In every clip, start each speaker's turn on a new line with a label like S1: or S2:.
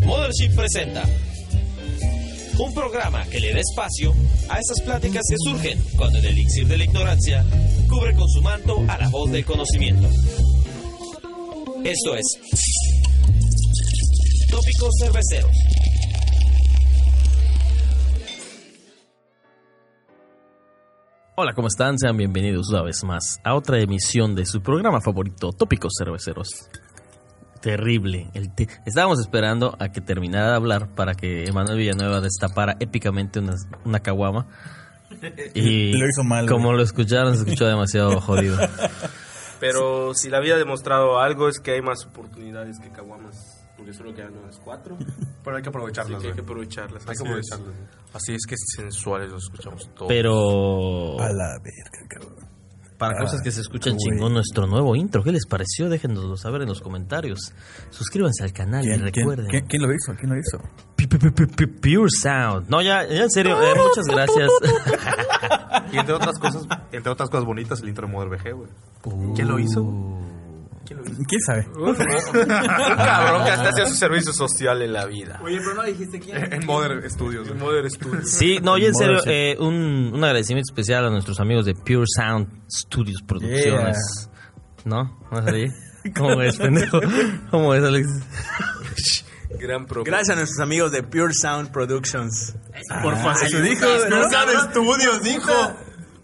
S1: Membership presenta un programa que le da espacio a esas pláticas que surgen cuando el elixir de la ignorancia cubre con su manto a la voz del conocimiento. Esto es Tópicos Cerveceros.
S2: Hola, ¿cómo están? Sean bienvenidos una vez más a otra emisión de su programa favorito, Tópicos Cerveceros. Terrible. El te- Estábamos esperando a que terminara de hablar para que Emanuel Villanueva destapara épicamente una, una caguama. Y
S3: Lo hizo mal,
S2: Como
S3: güey.
S2: lo escucharon, se escuchó demasiado jodido.
S4: Pero si la había demostrado algo es que hay más oportunidades que caguamas. Porque solo quedan unas cuatro.
S5: Pero hay que
S4: Así
S5: aprovecharlas,
S4: que hay
S5: güey.
S4: que aprovecharlas.
S5: Hay que
S4: Así es.
S5: aprovecharlas. güey. Así es que sensuales los escuchamos todos.
S2: Pero
S3: A la verga, cabrón.
S2: para
S3: ah,
S2: cosas que se escuchan
S3: güey.
S2: chingón, nuestro nuevo intro. ¿Qué les pareció? Déjenoslo saber en los comentarios. Suscríbanse al canal y
S3: ¿Quién, quién-
S2: recuerden.
S3: quién- quién lo hizo? ¿Quién lo hizo?
S2: Pi- pi- pi- pi- Pure Sound. No, ya, ya en serio, eh, muchas gracias.
S5: Y entre otras cosas, entre otras cosas bonitas, el intro de Modern VG, güey. ¿Quién
S2: Uh.
S5: lo hizo?
S3: ¿Quién sabe?
S5: Un cabrón que hasta hace su servicio social en la vida.
S4: Oye, pero no dijiste quién.
S5: En Modern Studios. En Modern Studios.
S2: Sí, no, y en serio,
S3: Modo, sí.
S2: eh, un, un agradecimiento especial a nuestros amigos de Pure Sound Studios Producciones. ¿No? ¿No es ahí? ¿Cómo es, pendejo? ¿Cómo es, Alex?
S4: Gran pro.
S6: Gracias a nuestros amigos de Pure Sound Productions. Ah, Por
S3: eso dijo, ¿no?
S6: Estudios, dijo.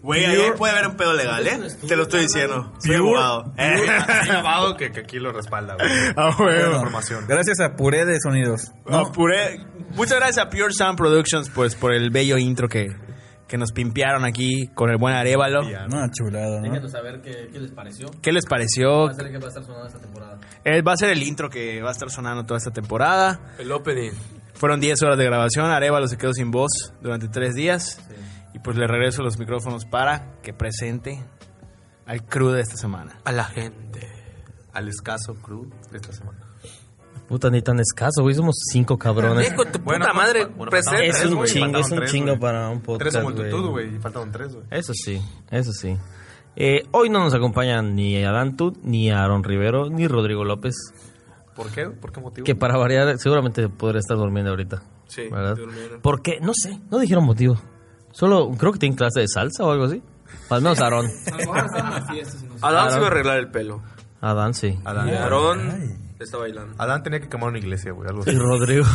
S6: Güey, ahí puede haber un pedo legal, ¿eh? Te lo estoy diciendo. Soy abogado.
S5: Hay grabado que, que aquí lo respalda, güey.
S6: Ah,
S3: Bueno,
S6: bueno.
S5: información.
S3: Gracias a Puré de Sonidos.
S6: No, puré. Muchas gracias a Pure Sound Productions pues, por el bello intro que, que nos pimpearon aquí con el buen Arevalo.
S3: No, chulado, ¿no?
S2: saber qué, les pareció.
S6: ¿Qué les pareció?
S2: ser que va a estar sonando esta temporada.
S6: Eh, Va a ser el intro que va a estar sonando toda esta temporada.
S4: El opening.
S6: Fueron 10 horas de grabación, Arevalo se quedó sin voz durante 3 días y pues le regreso los micrófonos para que presente al crew de esta semana.
S4: A la gente. Al escaso crew de esta semana.
S2: Puta, ni tan escaso, güey. Somos cinco cabrones.
S4: Dejo tu
S5: Bueno,
S4: puta
S5: pues,
S4: madre.
S5: bueno, pues,
S4: presente.
S2: Es un
S5: güey,
S2: chingo,
S5: faltaron
S2: es un
S5: tres,
S2: chingo
S5: güey.
S2: para Ah, un
S5: Tres o
S2: podcast,
S5: multitud,
S2: güey.
S5: güey. Y faltaron tres, güey.
S2: Eso sí, eso sí. Eh, hoy no nos acompañan ni Adán Tut, ni Aaron Rivero, ni Rodrigo López,
S5: ¿Por qué? ¿Por qué motivo?
S2: que para variar seguramente podría estar durmiendo ahorita.
S4: Sí,
S2: ¿verdad?
S4: durmieron.
S2: Porque, no sé, no dijeron motivo. Solo creo que tienen clase de salsa o algo así. Al menos Aarón.
S4: Adán se va a arreglar el pelo.
S2: Adán sí.
S5: Adán,
S4: Aarón está bailando.
S5: Adán tenía que quemar una iglesia, güey. Algo así.
S2: Y Rodrigo.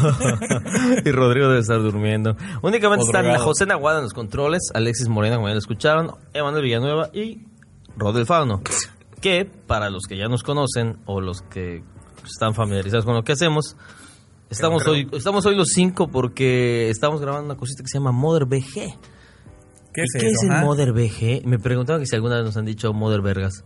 S2: y Rodrigo debe estar durmiendo. Únicamente
S3: O
S2: están
S3: drogado.
S2: José Naguada en los controles, Alexis Morena, como ya lo escucharon, Emanuel Villanueva y Rodel Fauno. Que para los que ya nos conocen o los que están familiarizados con lo que hacemos, estamos,
S5: creo.
S2: hoy, estamos hoy los cinco porque estamos grabando una cosita que se llama Mother BG.
S3: ¿Qué
S2: ¿Y
S3: es
S2: ¿Qué es
S3: eso?
S2: el
S3: ah?
S2: Mother BG? Me preguntaban que si alguna vez nos han dicho Mother Vergas.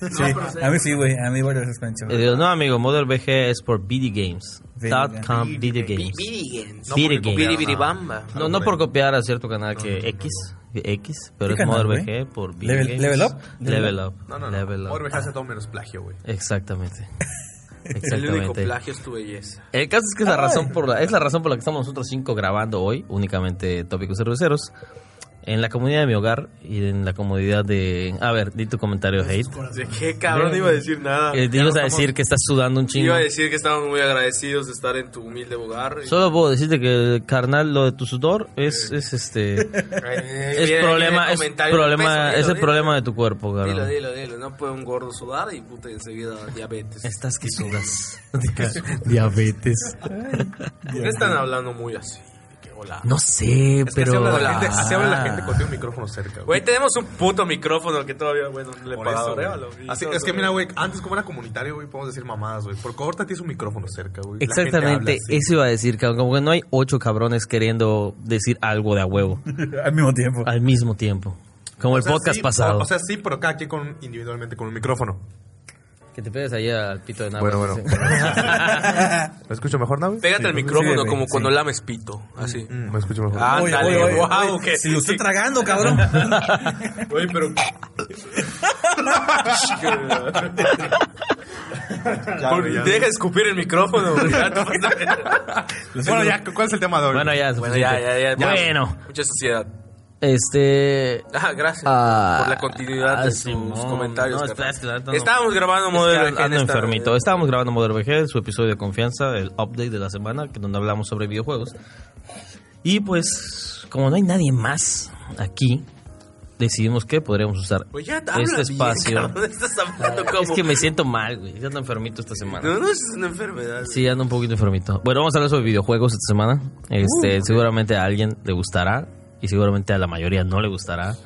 S3: Sí, a mí sí, güey. A mí varias veces me han dicho.
S2: Eh, digo, no, amigo, Mother BG es por videogames.com
S3: Ah. Video
S2: videogames.
S4: Birigens.
S2: No, porque como-
S4: Biribiribamba.
S2: No, no por copiar a cierto canal que X, X, pero
S3: ¿Qué
S2: es
S3: canal,
S2: Mother
S3: güey?
S2: BG por Video
S3: Level-
S2: Games.
S3: Level Up?
S2: Level Up.
S5: No, no, no.
S2: Level Up.
S5: Orbe hace todo menos plagio, güey.
S2: Exactamente.
S4: El único
S2: Exactamente.
S4: plagio es tu belleza.
S2: El caso es que es la razón por la, es la razón por la que estamos nosotros cinco grabando hoy, únicamente tópicos cerveceros, en la comunidad de mi hogar y en la comodidad de a ver, di tu comentario hate.
S4: ¿De qué cabrón no iba a decir nada?
S2: Eh, te
S4: Ya
S2: ibas
S4: no
S2: a
S4: estamos-
S2: decir que estás sudando un chingo.
S4: Iba a decir que estamos muy agradecidos de estar en tu humilde hogar. y-
S2: Solo puedo decirte que carnal lo de tu sudor es, es este
S4: Eh,
S2: es problema es problema es el problema de tu cuerpo,
S4: Dilo,
S2: carnal.
S4: dilo, dilo. No puede un gordo sudar y puta enseguida diabetes.
S2: Estás que sudas. Diabetes.
S4: ¿Por qué están hablando muy así? De que, hola.
S2: No sé,
S5: Es que
S2: pero.
S5: así habla la gente,
S2: Ah.
S5: así habla la gente cuando tiene un micrófono cerca, güey.
S4: Güey, tenemos un puto micrófono que todavía, bueno, no le he
S5: Por
S4: pagado
S5: eso, güey.
S4: Arevalo, y
S5: Así,
S4: todo
S5: es que
S4: eso.
S5: mira, güey, antes como era comunitario, güey, podemos decir mamadas, güey. Porque ahorita tienes un micrófono cerca, güey. La gente habla
S2: Exactamente,
S5: así.
S2: eso iba a decir, cabrón. Como que no hay ocho cabrones queriendo decir algo de a huevo
S3: Al mismo tiempo.
S2: al mismo tiempo. Como el
S5: O sea,
S2: podcast
S5: sí,
S2: pasado.
S5: O, o sea, sí, pero cada quien con, individualmente con un micrófono.
S2: que te pegues ahí al pito de nada.
S5: Bueno, bueno. ¿Me escucho mejor, Navi?
S4: Pégate al
S3: Sí,
S4: micrófono
S3: sí,
S4: como
S3: sí.
S4: cuando lames pito, así.
S5: Mm, me escucho mejor.
S4: Ah,
S3: Oye,
S4: Ándale,
S3: oye, oye,
S4: guau,
S3: oye,
S4: que-
S3: Si lo estoy tragando, cabrón.
S4: Güey, pero...
S5: Ya, güey, ya.
S4: Deja de escupir el micrófono, güey. Ya te vas a-
S5: Bueno, ya, ¿cuál es el tema de hoy?
S2: Bueno, ya,
S4: Bueno, ya, ya, ya.
S2: Bueno,
S4: Mucha sociedad.
S2: este.
S4: Ah, gracias
S2: Ah,
S4: por la continuidad
S2: ah,
S4: de
S2: Simón.
S4: sus comentarios.
S2: No,
S4: carnal.
S2: espera, es que la neta no-
S4: Estábamos grabando
S2: Es que
S4: Modelo
S2: ando enfermito. Estábamos grabando Modern VG, su episodio de confianza, el update de la semana, que donde hablamos sobre videojuegos. Y pues, como no hay nadie más aquí, decidimos que podríamos usar
S4: Pues ya habla
S2: este
S4: bien,
S2: espacio.
S4: cabrón, estás hablando como...
S2: es que me siento mal, güey. Ya ando enfermito esta semana.
S4: No, no, es una enfermedad.
S2: Sí, ando un poquito enfermito. Bueno, vamos a hablar sobre videojuegos esta semana.
S5: Uh.
S2: Este, seguramente a alguien le gustará y seguramente a la mayoría no le gustará.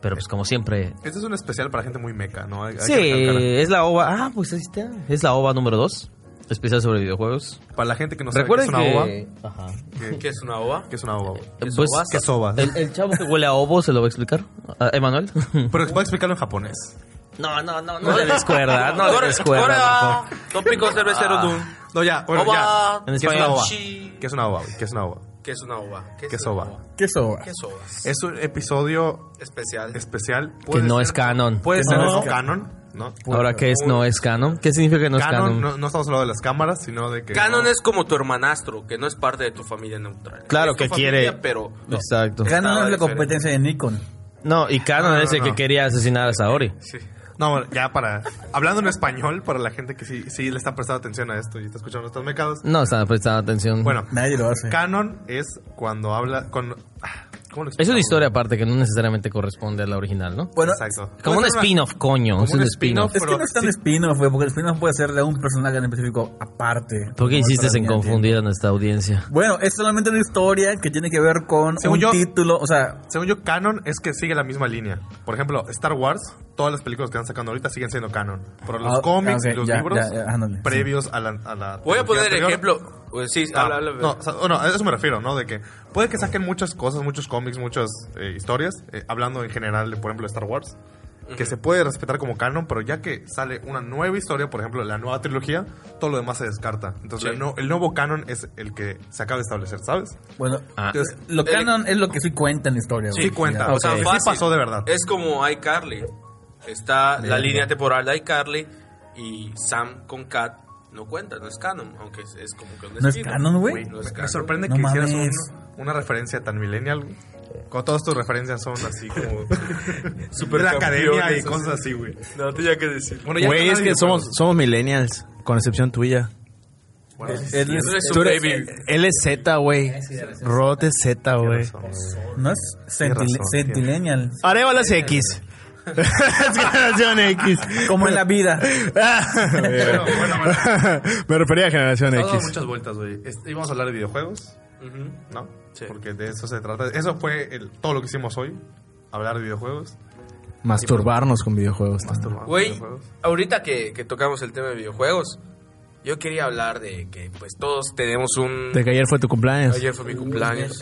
S2: Pero pues como siempre,
S5: Este es un especial para gente muy meca, ¿no? Hay- hay que
S2: Sí,
S5: recalcar.
S2: es la OVA. Ah, pues ahí está. Es la OVA número 2. Especial sobre videojuegos.
S5: Para la gente que no sabe qué es
S2: Recuerden
S5: una ova.
S2: que. Ajá.
S4: güey. ¿Qué es una ova?
S5: ¿Qué es una ova? güey?
S2: Pues,
S5: ¿Qué es ova?
S2: El, el chavo que huele a ovo se lo va a explicar. Ah, ¿Emanuel?
S5: Pero voy a explicarlo en japonés.
S2: No, no, no, no le descuerda. No le
S4: Ahora-
S2: descuerda.
S4: ahora, Tópico cervecero Dun.
S5: No, ya. Bueno,
S4: Ova.
S5: ya.
S2: Ah. En
S5: ¿Qué es una
S2: español.
S5: ova?
S4: Chi.
S5: ¿Qué es una ova? güey? ¿Qué es una ova?
S4: ¿Qué es una ova?
S5: ¿Qué es ova?
S3: ¿Qué soba?
S4: ¿Qué es ovas?
S5: Es un episodio
S4: Especial.
S5: especial.
S2: Que
S5: Puede
S2: no
S5: ser-
S2: es canon.
S5: Puede
S3: Que
S5: ser
S3: no.
S5: es canon. No.
S2: Ahora, ¿qué es no es canon? ¿Qué significa que no es
S5: Canon,
S2: canon?
S5: no, no estamos hablando de las cámaras, sino de que.
S4: Canon es como tu hermanastro, que no es parte de tu familia neutral.
S2: Claro
S4: Es tu
S2: que
S4: familia,
S2: quiere- Este,
S4: Pero
S2: Exacto.
S3: Canon es la
S4: diferente.
S3: competencia de Nikon.
S2: No, y canon
S5: No, no,
S2: es el que
S5: no.
S2: quería asesinar a Saori.
S5: Sí. No, bueno, ya para. Hablando en español, para la gente que sí, sí le está prestando atención a esto y está escuchando estos mecados.
S2: No estaba prestando atención.
S5: Bueno,
S3: Nadie lo hace.
S5: canon es cuando habla. Con, ah, ¿Cómo lo
S2: Es una
S5: explicamos?
S2: historia aparte que no necesariamente corresponde a la original, ¿no?
S3: Bueno,
S5: Exacto.
S2: Como un
S5: Puede ser una-
S2: spin-off, coño.
S5: como
S2: Es un
S5: un
S2: spin-off.
S5: spin-off.
S3: es que
S5: pero
S3: no es tan
S5: sí.
S3: spin-off, güey, porque el spin-off puede ser de un personaje en específico aparte.
S2: ¿Por qué
S3: Como
S2: insistes
S3: para
S2: en
S3: mí,
S2: confundir a nuestra audiencia?
S3: Bueno, es solamente una historia que tiene que ver con
S5: Según
S3: un
S5: yo-
S3: título, o sea,
S5: Según yo, canon es que sigue la misma línea. Por ejemplo, Star Wars, todas las películas que están sacando ahorita siguen siendo canon. Pero los
S3: Ah,
S5: cómics,
S3: ok,
S5: los
S3: ya,
S5: libros,
S3: ya, ya, ándale,
S5: previos a la, a la
S4: Voy a
S5: trilogía
S4: poner el
S5: anterior,
S4: ejemplo. Pues sí,
S5: Ah,
S4: habla, habla.
S5: no, o sea, bueno, a eso me refiero, ¿no? De que puede que saquen muchas cosas, muchos cómics, muchas eh, historias, eh, hablando en general, de, por ejemplo, de Star Wars, que se puede respetar como canon, pero ya que sale una nueva historia, por ejemplo, la nueva trilogía, todo lo demás se descarta. Entonces,
S4: Sí.
S5: el, no- el nuevo canon es el que se acaba de establecer, ¿sabes?
S3: bueno,
S2: Ah.
S3: entonces, lo
S4: El-
S3: canon es lo que sí cuenta en la historia.
S5: Sí,
S3: güey.
S5: cuenta.
S3: Ya.
S5: O sea,
S4: Ah, Ok.
S5: sí
S4: Fácil.
S5: pasó de verdad.
S4: Es como iCarly. Está la
S3: Bien.
S4: línea temporal de iCarly y Sam con Kat no cuenta, no es canon, aunque es, es como que un
S3: ¿No es
S4: spin-off.
S3: canon, güey?
S4: No es
S5: Me- me
S4: canon.
S5: sorprende
S3: No
S5: que hicieras
S3: mames.
S5: un- una referencia tan millennial. güey. Cuando todas tus referencias son así como... Super la
S4: Supercampeones,
S5: academia y
S4: así.
S5: cosas así, güey.
S4: No, tenía que decir.
S5: Bueno, ya
S6: Güey,
S5: hablando
S6: es
S5: de
S6: que
S5: videojuegos.
S6: somos,
S4: pues.
S6: somos millennials, con excepción tuya.
S3: Él es- este,
S4: Tú eres
S6: Tú
S4: un
S6: eres-
S4: baby.
S6: él es Z, güey. Rod es Z, güey.
S5: Tienes razón, güey.
S3: no es
S5: Tienes razón,
S3: centile- centilenial.
S6: Arevalo es X. es generación X.
S3: Como en la vida.
S5: Bueno, bueno, bueno.
S6: Me refería a generación
S5: Todo
S6: X.
S5: muchas vueltas, güey. Este, Íbamos a hablar de videojuegos,
S4: Ujú.
S5: ¿no?
S4: Sí.
S5: Porque de eso se trata. Eso fue el- todo lo que hicimos hoy. Hablar de videojuegos.
S6: Masturbarnos con videojuegos. también.
S5: masturbarnos con
S4: Güey,
S5: videojuegos.
S4: ahorita que, que tocamos el tema de videojuegos, yo quería hablar de que pues todos tenemos un...
S6: De que ayer fue tu cumpleaños.
S4: Ayer fue mi cumpleaños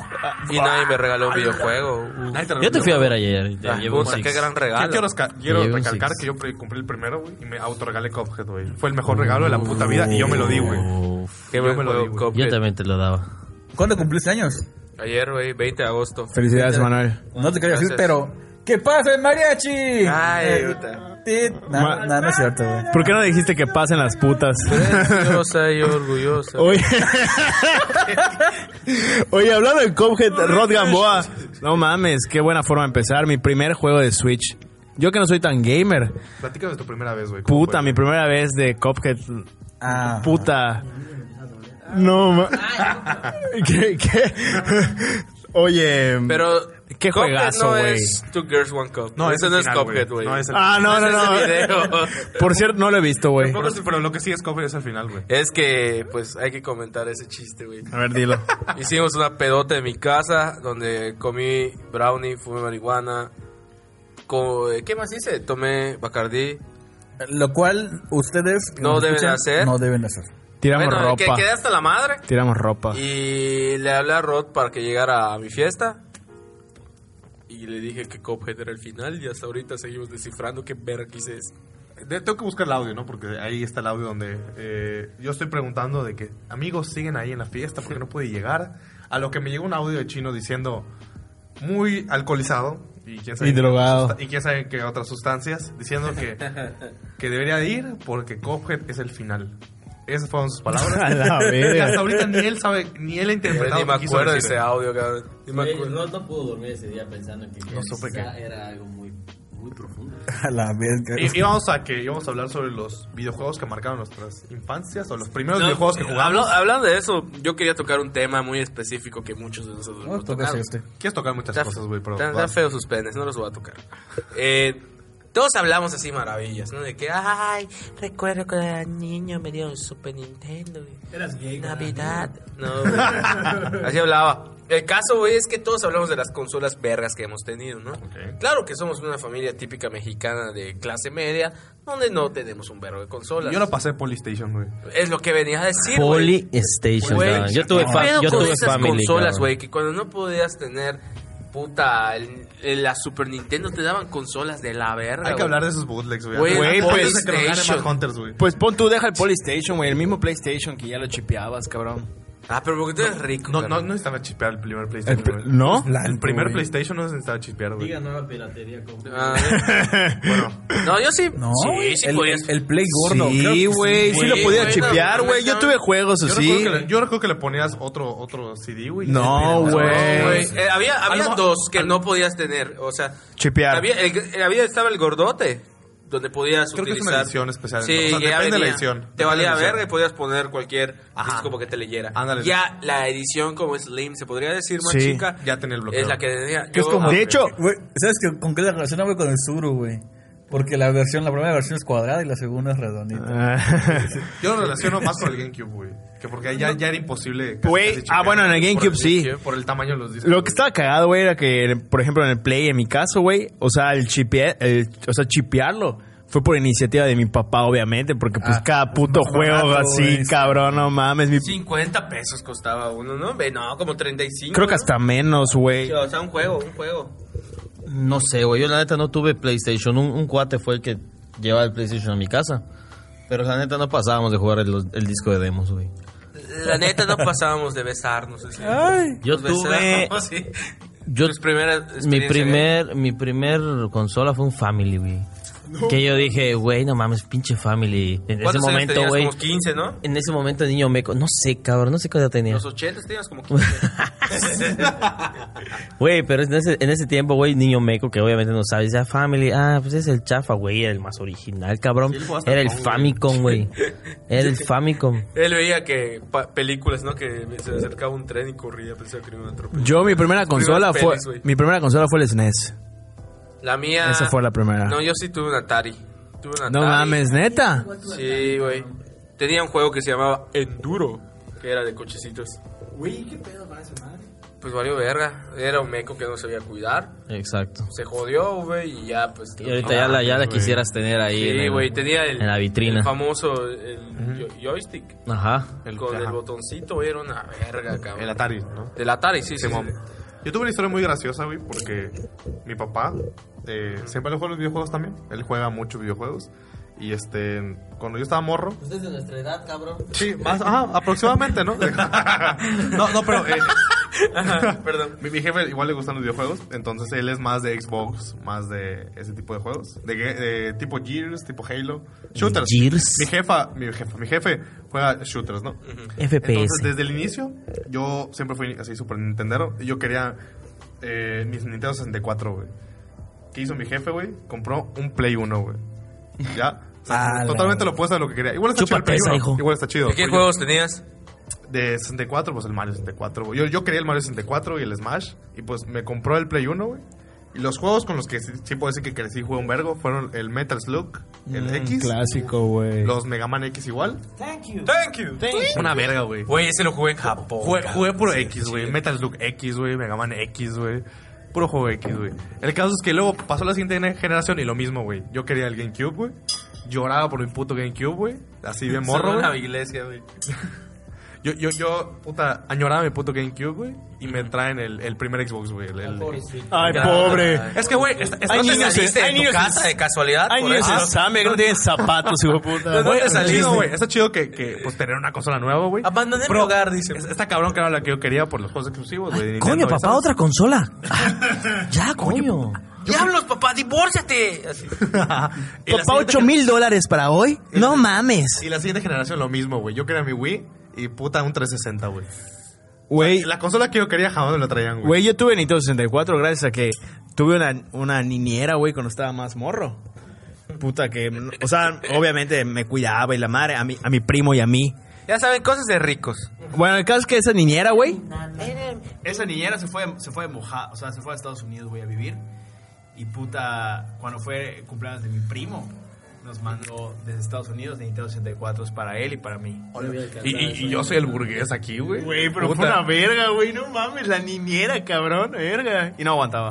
S4: y nadie me regaló un videojuego. Uh.
S2: Yo te fui a ver ayer. y te
S4: Ah,
S2: llevé un
S4: puta, qué
S2: six.
S4: gran
S5: Yo
S4: regalo.
S5: quiero, resca- quiero
S2: Llevo un
S5: recalcar
S2: six.
S5: que yo pre- cumplí el primero, güey, y me autorregalé Cuphead, güey. Fue el mejor regalo de la puta vida y yo me lo di,
S2: Uh.
S5: güey.
S2: Uf,
S4: Qué
S5: Yo
S4: buen
S5: me lo
S4: juego,
S5: di, güey.
S4: Cuphead.
S2: Yo también te lo daba.
S3: ¿Cuándo cumpliste años?
S4: Ah, Ayer, güey, 20 de agosto.
S6: Felicidades, Manuel.
S3: No te quería decir,
S4: Gracias.
S3: pero... ¿Qué pasa el mariachi?
S4: Ay,
S3: Eh,
S4: puta.
S3: tit-
S6: Ma-
S3: No, no, no es cierto, güey.
S6: ¿Por qué no dijiste que pasen las putas?
S4: orgullosa, yo orgullosa.
S6: Oye, Oye, hablando de Cuphead, Rod Gamboa. No mames, qué buena forma de empezar. Mi primer juego de Switch. Yo que no soy tan gamer.
S5: Platícame de tu primera vez, güey. ¿Cómo
S6: Puta,
S5: fue?
S6: mi primera vez de Cuphead.
S3: Ah.
S6: Puta. No mames. ¿Qué? qué? Oye.
S4: Pero
S6: Qué
S4: Cuphead
S6: juegazo,
S4: no
S6: güey.
S4: es Two Girls One Cup.
S5: No,
S4: ese
S5: es el
S4: no es
S5: final,
S4: Cuphead, güey.
S5: güey. No, es el-
S6: Ah, no, no, no.
S4: Ese video.
S6: Por cierto, no lo he visto, güey.
S5: Tampoco sé, pero lo que sí es Cuphead es al final, güey.
S4: Es que, pues, hay que comentar ese chiste, güey.
S6: A ver, dilo.
S4: Hicimos una pedota en mi casa donde comí brownie, fumé marihuana. co- ¿Qué más hice? Tomé Bacardí.
S3: Lo cual ustedes... que
S4: No
S3: nos
S4: deben
S3: escuchan,
S4: hacer.
S3: No deben hacer.
S6: Tiramos
S4: Bueno, que
S6: ropa. Ah.
S4: quedé hasta la madre.
S6: Tiramos ropa.
S4: Y le hablé a Rod para que llegara a mi fiesta. Y le dije que Cophead era el final. Y hasta ahorita seguimos descifrando qué verga hice eso.
S5: De- tengo que buscar el audio, ¿no? Porque ahí está el audio donde eh, yo estoy preguntando de que amigos siguen ahí en la fiesta porque no pude llegar. A lo que me llegó un audio de chino diciendo muy alcoholizado y quién sabe,
S6: Y drogado.
S5: y quién sabe qué otras sustancias, diciendo que, que debería de ir porque Cophead es el final. Esas fueron sus palabras.
S6: A
S5: Y hasta
S6: la verga.
S5: ahorita ni él sabe, ni él ha interpretado.
S4: Ni me
S5: lo que quiso
S4: acuerdo de
S5: decir.
S4: ese audio, cabrón. Ni me
S2: Güey,
S4: acuerdo.
S2: Rod no pudo dormir ese día pensando en que quizá
S5: supe qué.
S2: era algo muy, muy profundo.
S6: A la verga.
S5: Y, y vamos a que íbamos a hablar sobre los videojuegos que marcaron nuestras infancias o los primeros
S4: No, eh,
S5: videojuegos que jugamos.
S4: hablo- hablando de eso, yo quería tocar un tema muy específico que muchos de nosotros
S3: No,
S4: hemos
S3: tocas
S4: tocado.
S3: este.
S5: Quieres tocar muchas
S4: Está-
S5: cosas, güey, pero.
S4: Están
S5: vas.
S4: están feos sus penes, no los voy a tocar. Eh, todos hablamos así maravillas, ¿no? De que, ay, recuerdo cuando era niño me dieron Super Nintendo. güey.
S7: Eras gay. güey.
S4: Navidad. No, güey. así hablaba. El caso, güey, es que todos hablamos de las consolas vergas que hemos tenido, ¿no?
S5: Ok.
S4: Claro que somos una familia típica mexicana de clase media, donde no tenemos un vergo de consolas.
S5: Yo lo pasé por PlayStation, güey.
S4: Es lo que venía a decir, güey.
S2: Polystation.
S4: Güey,
S2: cabrón. Yo tuve,
S4: ¿qué
S2: fa-
S4: pedo
S2: yo
S4: con
S2: tuve
S4: esas
S2: family,
S4: consolas,
S2: cabrón.
S4: güey, que cuando no podías tener puta el- el- la Super Nintendo te daban consolas de la verga.
S5: Hay que
S4: güey.
S5: hablar de esos bootlegs, güey.
S4: Güey,
S5: Güey,
S4: pues,
S5: pues. Que nos gane
S4: PlayStation.
S5: Mad Hunters, güey.
S6: Pues pon tú, deja el Polystation, güey. El mismo PlayStation que ya lo chipeabas, cabrón.
S4: Ah, pero porque tú eres rico.
S5: No, no,
S4: carnal.
S5: no necesitaba chipear el primer PlayStation. güey. El,
S6: ¿No?
S5: primer PlayStation no se necesitaba chipear, güey.
S7: Diga nueva piratería con.
S4: Ah, no, yo sí.
S3: No,
S4: sí, sí
S3: el,
S4: podías.
S3: el Play gordo. creo
S6: Sí,
S3: que
S6: güey. Sí
S4: güey,
S6: lo podía
S4: güey,
S6: chipear,
S4: no,
S6: güey. Yo
S4: no.
S6: tuve juegos
S5: Yo,
S6: así.
S5: recuerdo que le, yo recuerdo que le ponías otro, otro CD, güey.
S6: No,
S4: No,
S5: Y-
S6: güey.
S4: güey. Eh, había había
S5: Algo-
S4: dos que no podías tener. O sea,
S6: Chipear.
S4: había, el- eh, había- estaba el gordote. Donde podías
S5: Creo que es
S4: utilizar.
S5: una edición especial,
S4: Sí,
S5: ¿no? O sea,
S4: ya
S5: depende de la
S4: venía.
S5: edición.
S4: Te
S5: Depende de
S4: valía
S5: la edición.
S4: verga y podías poner cualquier
S5: Ajá.
S4: disco porque te leyera.
S5: Ándale.
S4: Ya la edición como Slim, se podría decir más
S6: Sí,
S4: chica.
S5: ya tenía el bloqueo.
S4: Es la que tenía.
S3: Que es
S4: yo-
S3: como-
S4: ah,
S6: De hecho,
S3: Güey, ¿sabes que, con qué la relaciona, güey? Con el Suru, güey. Porque la versión, la primera versión es cuadrada y la segunda es redondita.
S5: Yo lo relaciono más con el GameCube, güey. Que porque ya, ya era imposible. casi-
S6: Güey,
S5: casi
S6: ah,
S5: chipear.
S6: bueno, en el GameCube sí.
S5: Por el tamaño de los discos.
S6: Lo que
S5: güey.
S6: estaba cagado, güey, era que, por ejemplo, en el Play, en mi caso, güey, o sea, el, chipea- el- o sea, chipearlo fue por iniciativa de mi papá, obviamente, porque pues
S3: Ah,
S6: cada puto
S3: más
S6: juego
S3: barato,
S6: así,
S3: güey, sí.
S6: cabrón, no mames. mi-
S4: 50 pesos costaba uno, ¿no? Ve, No, como 35.
S6: Creo que
S4: ¿no?
S6: hasta menos, güey.
S4: Sí, O sea, un juego, un juego.
S2: No sé, güey. Yo la neta no tuve PlayStation. Un, un cuate fue el que llevaba el PlayStation a mi casa. Pero la neta no pasábamos de jugar el, el disco de demos, güey.
S4: La neta, no pasábamos de besarnos. así.
S2: Yo
S4: Nos
S2: tuve...
S4: besábamos, sí.
S2: Yo,
S4: ¿eh? Tus primeras
S2: mi
S4: experiencias, ¿eh?
S2: primer, mi primer consola fue un Family, güey. Que yo dije, güey, no mames, pinche Family. En ese
S4: ¿Cuántos años
S2: momento,
S4: tenías?
S2: güey.
S4: Como 15, ¿no?
S2: En ese momento de niño meco, no sé, cabrón, no sé qué edad tenía.
S4: Los 80 tenías como 15.
S2: Güey, pero en ese, en ese tiempo, güey, niño meco que obviamente no sabe, dice, ah, Family, ah, pues es el chafa, güey, era el más original, cabrón. Era el Famicom, güey. Era el Famicom.
S4: Él veía que pa- películas, ¿no? Que se le acercaba un tren y corría, pensaba que era un atropello.
S6: Yo mi primera consola
S4: primeras
S6: fue
S4: pelis, güey.
S6: mi primera consola fue el SNES.
S4: La mía.
S6: Esa fue la primera.
S4: No, yo sí tuve un Atari. Tuve un Atari.
S6: No mames, neta.
S4: Sí, güey. Tenía un juego que se llamaba Enduro, que era de cochecitos.
S7: Güey, ¿qué pedo con esa madre?
S4: Pues valió verga. Era un meco que no sabía cuidar.
S2: Exacto.
S4: Se jodió, güey, y ya, pues.
S2: Y ahorita ya la, ya la quisieras tener ahí. en
S4: Sí,
S2: el-
S4: güey, tenía el,
S2: en la vitrina.
S4: el famoso el yo- joystick
S2: Ajá.
S5: El-
S4: con
S5: ajá.
S4: el botoncito, güey, era una verga, cabrón.
S5: El Atari, ¿no?
S4: Del Atari, sí, sí.
S5: Simón.
S4: sí.
S5: Yo tuve una historia muy graciosa, güey, porque mi papá eh, siempre le juega los videojuegos también. Él juega muchos videojuegos. Y este, cuando yo estaba morro.
S2: Usted es de nuestra edad, cabrón.
S5: Sí, más, ajá, aproximadamente, ¿no? no, no, pero. eh,
S4: Ajá, Perdón.
S5: mi, mi jefe igual le gustan los videojuegos. Entonces él es más de Xbox, más de ese tipo de juegos. De, ge- de tipo Gears, tipo Halo. Shooters.
S2: Gears.
S5: Mi jefa, mi jefa, mi jefe juega shooters, ¿no?
S2: FPS.
S5: Entonces, desde el inicio, yo siempre fui así super nintendero. Y yo quería eh, mis Nintendo 64, güey. ¿Qué hizo mi jefe, güey? Compró un Play 1, güey. Ya. O sea,
S3: Ah,
S5: totalmente lo opuesto a lo que quería. Igual está chido
S2: Chúpate
S5: el
S2: esa,
S5: Play 1.
S2: hijo.
S5: Igual está chido.
S4: ¿De qué
S5: Porque
S4: juegos tenías?
S5: De 64, pues el Mario 64. güey. Yo, yo quería el Mario 64 y el Smash. Y pues me compró el Play 1, güey. Y los juegos con los que sí, sí puedo decir que crecí y jugué un vergo fueron el Metal Slug, el X,
S6: Clásico, güey.
S5: los Mega Man X igual.
S4: Thank you.
S5: Una verga, güey.
S4: Güey, ese lo jugué en Japón.
S5: Jugué,
S4: cabrón.
S5: jugué puro X, güey. Metal Slug X, güey. Mega Man X, güey. Puro juego X, güey. El caso es que luego pasó la siguiente gene- generación y lo mismo, güey. Yo quería el GameCube, güey. Lloraba por mi puto GameCube, güey. Así de morro,
S4: Solo en la
S5: güey.
S4: iglesia, güey.
S5: Yo, yo, yo, puta, añoraba mi puto GameCube, güey. Y me traen el, el primer Xbox, güey. el- el-
S6: Ay,
S4: Ya,
S6: pobre.
S4: ay.
S5: Es que, güey, est- est-
S6: Hay
S4: ¿No te
S6: niños-
S4: saliste
S6: hay
S4: de tu
S6: niños-
S4: casa de casualidad?
S6: Ay,
S4: por
S6: ni
S4: eso? Ah,
S6: esos examen, no tienen zapatos, hijo de puta.
S4: No, no,
S5: güey,
S4: te
S5: está
S4: saliste.
S5: chido, güey. Está chido que, que, pues, tener una consola nueva, güey.
S4: Abandoné mi
S5: Pero
S4: hogar, dice.
S5: es- Está cabrón que era la que yo quería por los juegos exclusivos, güey. de
S2: Coño,
S5: Nintendo,
S2: papá,
S5: ¿sabes?
S2: otra consola. ya, coño.
S4: ¡Diablos, papá, divórciate! Así.
S5: Y la
S6: Papá,
S5: siguiente
S6: 8 mil dólares para hoy. No mames.
S5: Y la siguiente generación lo mismo, güey. Yo quería mi Wii y puta un 360, güey.
S6: Güey,
S5: La consola que yo quería jamás me la traían, güey.
S6: güey, yo tuve Nintendo 64 gracias a que tuve una, una niñera, güey, cuando estaba más morro. Puta que, o sea, obviamente me cuidaba y la madre, a mi, a mi primo y a mí.
S4: Ya saben, cosas de ricos.
S6: Bueno, el caso es que esa niñera, güey.
S8: Esa niñera se fue, se fue mojada, o sea, se fue a Estados Unidos, voy a vivir. Y puta, cuando fue el cumpleaños de mi primo, nos mandó desde Estados Unidos Nintendo 64 para él y para mí.
S5: Y, y- y yo soy el burgués aquí, güey.
S6: Güey, pero fue
S5: Puta.
S6: una verga, güey, no mames, la niñera, cabrón, verga. Y no aguantaba.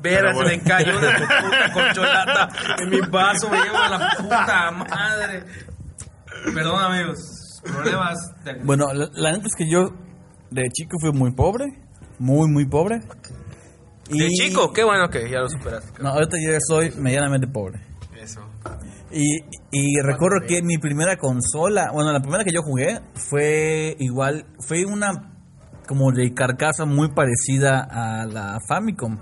S4: Verga, se me encalló una puta corcholata en mi vaso, me llevo a la puta madre.
S8: Perdón, amigos, problemas de
S3: Bueno, la, la neta es que yo de chico fui muy pobre, muy, muy pobre.
S4: De
S3: Y-
S4: chico, qué bueno que ya lo superaste.
S3: No, ahorita yo ya soy medianamente pobre.
S4: Eso.
S3: Y, y recuerdo que mi primera consola, bueno, la primera que yo jugué fue igual, fue una como de carcasa muy parecida a la Famicom,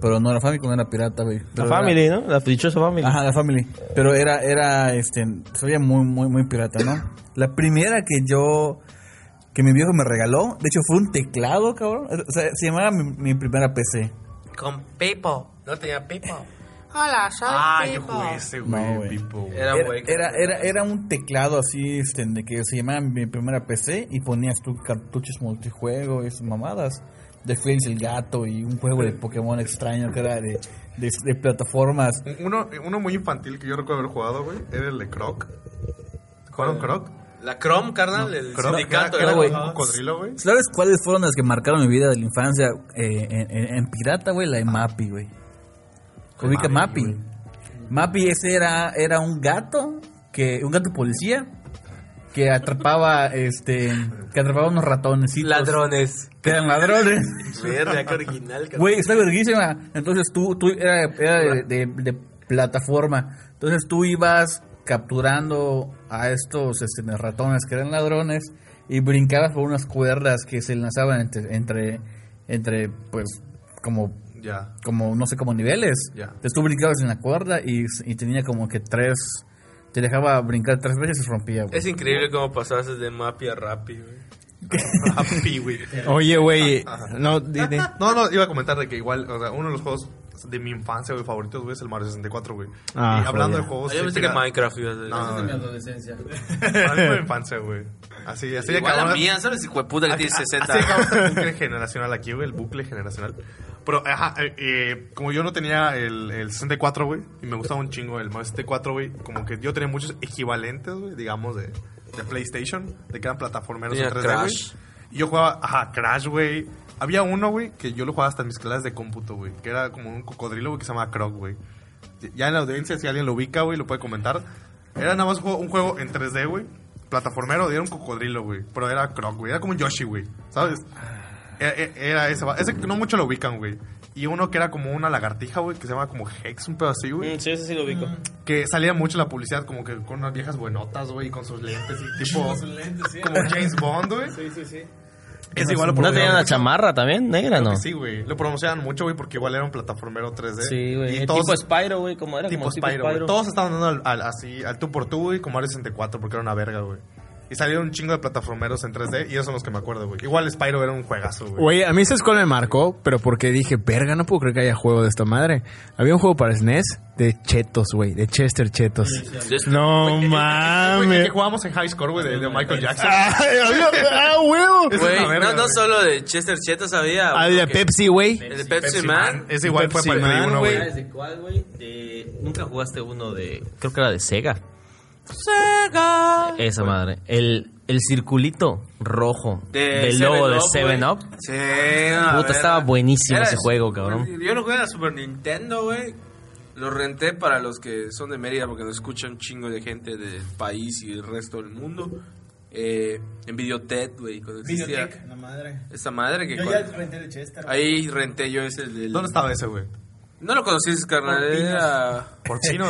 S3: pero no la Famicom era pirata, güey.
S2: La
S3: Pero era-
S2: Family, ¿no? La dichosa Family.
S3: Ajá, la Family. Pero era, era, este, se veía muy, muy, muy pirata, ¿no? La primera que yo, que mi viejo me regaló, de hecho fue un teclado, cabrón. O sea, se llamaba mi, mi primera PC.
S4: Con Pipo. No tenía Pipo.
S5: Ah, yo jugué ese,
S3: No,
S5: güey.
S3: güey.
S5: Pipo, güey.
S4: Era
S3: Era,
S4: güey.
S3: era, era, era un teclado así, este, de que se llamaba mi primera PC y ponías tú cartuchos multijuego y esas mamadas. De Félix el Gato y un juego de Pokémon extraño que era de, de, de plataformas.
S5: Eh, Uno, uno muy infantil que yo recuerdo haber jugado, güey, era el de Croc. ¿Jugaron Croc?
S4: La Chrome, carnal, el
S5: Croc, que era,
S4: sindicato.
S5: que era
S4: güey.
S5: como un cocodrilo, güey.
S3: ¿Sabes cuáles fueron las que marcaron mi vida de la infancia eh, en, en- en pirata, güey? La de Mappy, güey. Ubica Mappy. Mappy ese era, era un gato, que un gato policía que atrapaba este que atrapaba unos ratones
S4: Ladrones.
S3: que eran ladrones
S4: Verga, qué original. carnal.
S3: güey está verguísima entonces tú tú era, era de, de- de plataforma entonces tú ibas capturando a estos este, ratones que eran ladrones y brincabas por unas cuerdas que se lanzaban entre entre, entre pues como
S5: Ya.
S3: como no sé como niveles
S5: Ya.
S3: entonces tú brincabas en la cuerda y, y tenía como que tres te dejaba brincar tres veces y se rompía güey.
S4: Es increíble cómo pasaste de Mappy a Rappi, güey. Rappi, güey.
S6: Oye, güey, no, di- di-
S5: No, no, iba a comentar de que igual, o sea, uno de los juegos de mi infancia, güey, favoritos, güey, es el Mario 64, güey.
S6: Ah,
S5: y hablando
S6: joder.
S5: de juegos...
S4: Ah, Yo
S5: de
S4: pensé que
S5: pirata-
S4: Minecraft iba a ser.
S5: No, no,
S7: mi
S5: no.
S7: adolescencia.
S5: Para mí fue mi infancia, güey. Así, así de
S4: Igual la
S5: cabrón-
S4: mía, ¿sabes? Hijo de puta que tiene
S5: Así
S4: 60
S5: acabamos el bucle generacional aquí, güey, el bucle generacional. Pero, ajá, eh, eh, como yo no tenía el, el 64, güey, y me gustaba un chingo el Mario 64, güey, como que yo tenía muchos equivalentes, güey, digamos, de, de PlayStation, de que eran plataformeros en
S4: Tenía
S5: 3D, güey.
S4: Crash.
S5: Y yo jugaba, ajá, Crash, güey. Había uno, güey, que yo lo jugaba hasta en mis clases de cómputo, güey, que era como un cocodrilo, güey, que se llamaba Croc, güey. Ya en la audiencia, si alguien lo ubica, güey, lo puede comentar. Era nada más un juego, un juego en 3D, güey. Plataformero, era un cocodrilo, güey. Pero era Croc, güey. Era como un Yoshi, güey. ¿Sabes?
S2: Ah.
S5: Era, era ese. va- Ese que no mucho lo ubican, güey. Y uno que era como una lagartija, güey, que se llama como Hex, un pedo así, güey.
S2: Mm, Sí, ese sí lo ubico.
S5: Que salía mucho en la publicidad como que con unas viejas buenotas, güey, con sus lentes y tipo... Como James Bond, güey. Sí, sí, sí. Es igual lo
S2: ¿No tenía
S5: promocionaban
S2: una
S5: mucho.
S2: chamarra también? ¿Negra no?
S5: Que Sí, güey. Lo promocionaban mucho, güey, porque igual era un plataformero 3D.
S2: Sí,
S5: Y
S2: güey.
S5: todos-
S2: Tipo Spyro, güey. Como era
S5: tipo
S2: como tipo
S5: Spyro, güey. Todos estaban dando al, al- así, al tú por tú, güey, como Mario 64, porque era una verga, güey. Y salieron un chingo de plataformeros en 3D, y esos son los que me acuerdo, güey. Igual Spyro era un juegazo, güey.
S6: güey, a mí ese cuál me marcó, pero porque dije, verga, no puedo creer que haya juego de esta madre. Había un juego para SNES de Chetos, güey, de Chester Chetos. No
S5: Güey, que
S6: mames.
S5: jugábamos en High Score, güey, de, de Michael Jackson.
S6: Ay, había- ah, huevo.
S5: Es
S4: Güey,
S5: una verga,
S4: no, no
S5: güey.
S4: solo de Chester Cheto sabía.
S6: Ah, de
S4: porque-
S6: Pepsi, güey.
S4: El de Pepsi, Man.
S5: Ese igual
S6: Pepsi
S5: fue para el
S6: Man,
S5: Play uno, güey.
S2: ¿Sabes de cuál, güey? De... Nunca jugaste uno de... Creo que era de Sega. ¡Sega! Esa madre. El, el circulito rojo del logo de 7-Up.
S4: Sí, una
S2: Puta,
S4: verga.
S2: estaba buenísimo
S4: Era
S2: ese
S4: de
S2: juego,
S4: Super-
S2: cabrón.
S4: Yo lo jugué en la Super Nintendo, güey. Lo renté para los que son de Mérida porque nos escucha un chingo de gente del país y del resto del mundo. Eh, en Videotet, güey, cuando existía
S7: Videotec, la madre.
S4: esta madre que
S7: Yo ya
S4: cuando-
S7: renté de Chester.
S4: ahí renté yo ese del-
S5: ¿Dónde estaba ese, güey?
S4: No lo conociste, carnal, era
S5: Por chinos.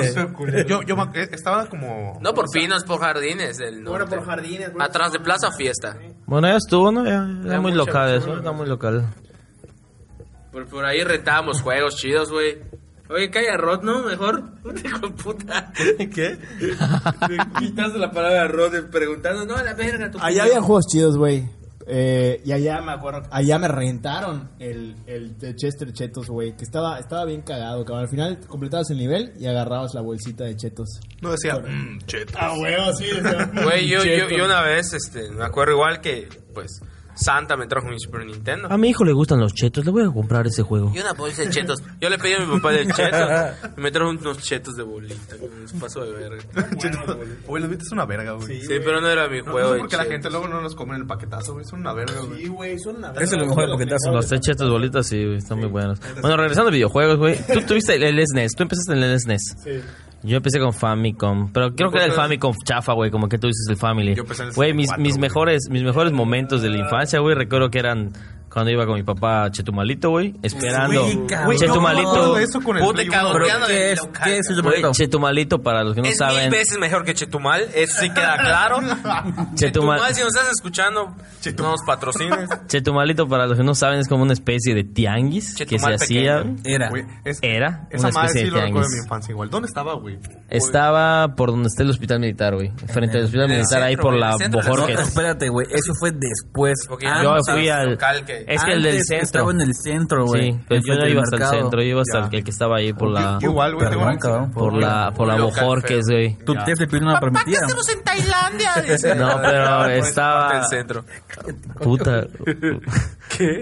S5: yo, yo me- eh, estaba como...
S4: no por pinos, por jardines, el
S7: Bueno,
S4: norte.
S7: por jardines. bueno,
S4: atrás de Plaza Fiesta.
S2: Bueno, ya estuvo, ¿no? Ya,
S4: Ya
S2: era muy
S4: mucho,
S2: local
S4: mucho,
S2: eso. Era muy local.
S4: Por, por ahí rentábamos juegos chidos, güey. Oye, calla Rod, ¿no? Mejor. Puta con puta. ¿Qué? Quitaste la palabra Rod preguntando, no, a la verga, tu
S7: Allá
S4: puta.
S7: había juegos chidos, güey. Eh, y allá me acuerdo, allá me rentaron el, el de Chester Chetos, güey, que estaba, estaba bien cagado, cabrón. Al final completabas el nivel y agarrabas la bolsita de Chetos.
S5: No decía, mmm, cheto.
S7: Ah, huevo, sí.
S4: Güey, yo, yo, yo una vez, este, me acuerdo igual que, pues, Santa me trajo mi Super Nintendo.
S2: A mi hijo le gustan los chetos, le voy a comprar ese juego.
S4: Y una bolsa de chetos. Yo le pedí a mi papá de chetos. Y me trajo unos chetos de bolita. güey, Un paso de verga.
S5: Oye, los viste es una verga, güey.
S4: Sí, pero no era mi
S5: No,
S4: juego.
S5: no
S4: de
S5: sé por qué la
S4: chetos.
S5: gente luego no los come en el paquetazo, güey. Es una verga, güey.
S7: güey, son una
S3: Eso es lo mejor del paquetazo.
S2: Los chetos bolitas, sí, güey, están muy buenos. Bueno, regresando a videojuegos, güey. Tú tuviste el SNES, tú empezaste en el SNES.
S7: Sí.
S2: Yo empecé con Famicom, pero creo que era el Famicom chafa, güey, como que tú dices el Family.
S5: Yo empecé en el
S2: Güey, mis,
S5: 64,
S2: mis
S5: güey.
S2: mejores mis mejores momentos de la infancia, güey, recuerdo que eran cuando iba con mi papá a Chetumalito, güey, esperando
S3: Uy, cabrón.
S2: Chetumalito.
S5: Todo eso con el
S4: Puta,
S5: Play uno,
S4: cabrón.
S5: güey.
S4: Pero-
S3: ¿Qué es, qué es Chetumalito?
S2: Güey, Chetumalito para los que no
S4: Es mil
S2: saben.
S4: veces mejor que Chetumal, eso sí queda claro. Chetumal, si nos estás escuchando, no nos patrocines.
S2: Chetumalito para los que no saben es como una especie de tianguis que se
S4: Chetumal pequeño.
S2: hacía.
S3: Era.
S5: Güey, es-
S2: Era
S5: Esa
S2: una
S5: madre
S2: especie
S5: sí
S2: de
S5: lo recuerdo de
S2: tianguis.
S5: mi infancia igual. ¿Dónde estaba, güey?
S2: Estaba por donde está el hospital militar, güey. Frente al hospital
S4: en el
S2: militar, ahí
S4: centro,
S2: por
S4: güey, en
S2: la
S4: el centro de la
S3: No,
S2: Bojorques.
S3: espérate, güey. Eso fue después.
S4: Porque
S3: Ah,
S2: Yo
S4: no sabes
S2: fui
S4: el
S2: al.
S4: local que-
S2: Es que el del
S3: antes
S2: centro.
S3: Estaba en el centro, güey.
S2: Sí, pero yo no
S3: Enfrente
S2: iba
S3: del
S2: hasta el
S3: mercado.
S2: centro, yo iba hasta
S5: Ya.
S2: el que estaba ahí por la.
S5: Yo Igual, güey. tengo
S3: Perdón,
S5: una-
S3: cabrón.
S2: Por la, por la
S4: Un local
S2: Bojorques,
S4: feo.
S2: güey.
S3: Tu tía se pidió una permitida.
S4: en Tailandia. dice.
S2: No, pero estaba-
S4: El centro.
S2: Puta.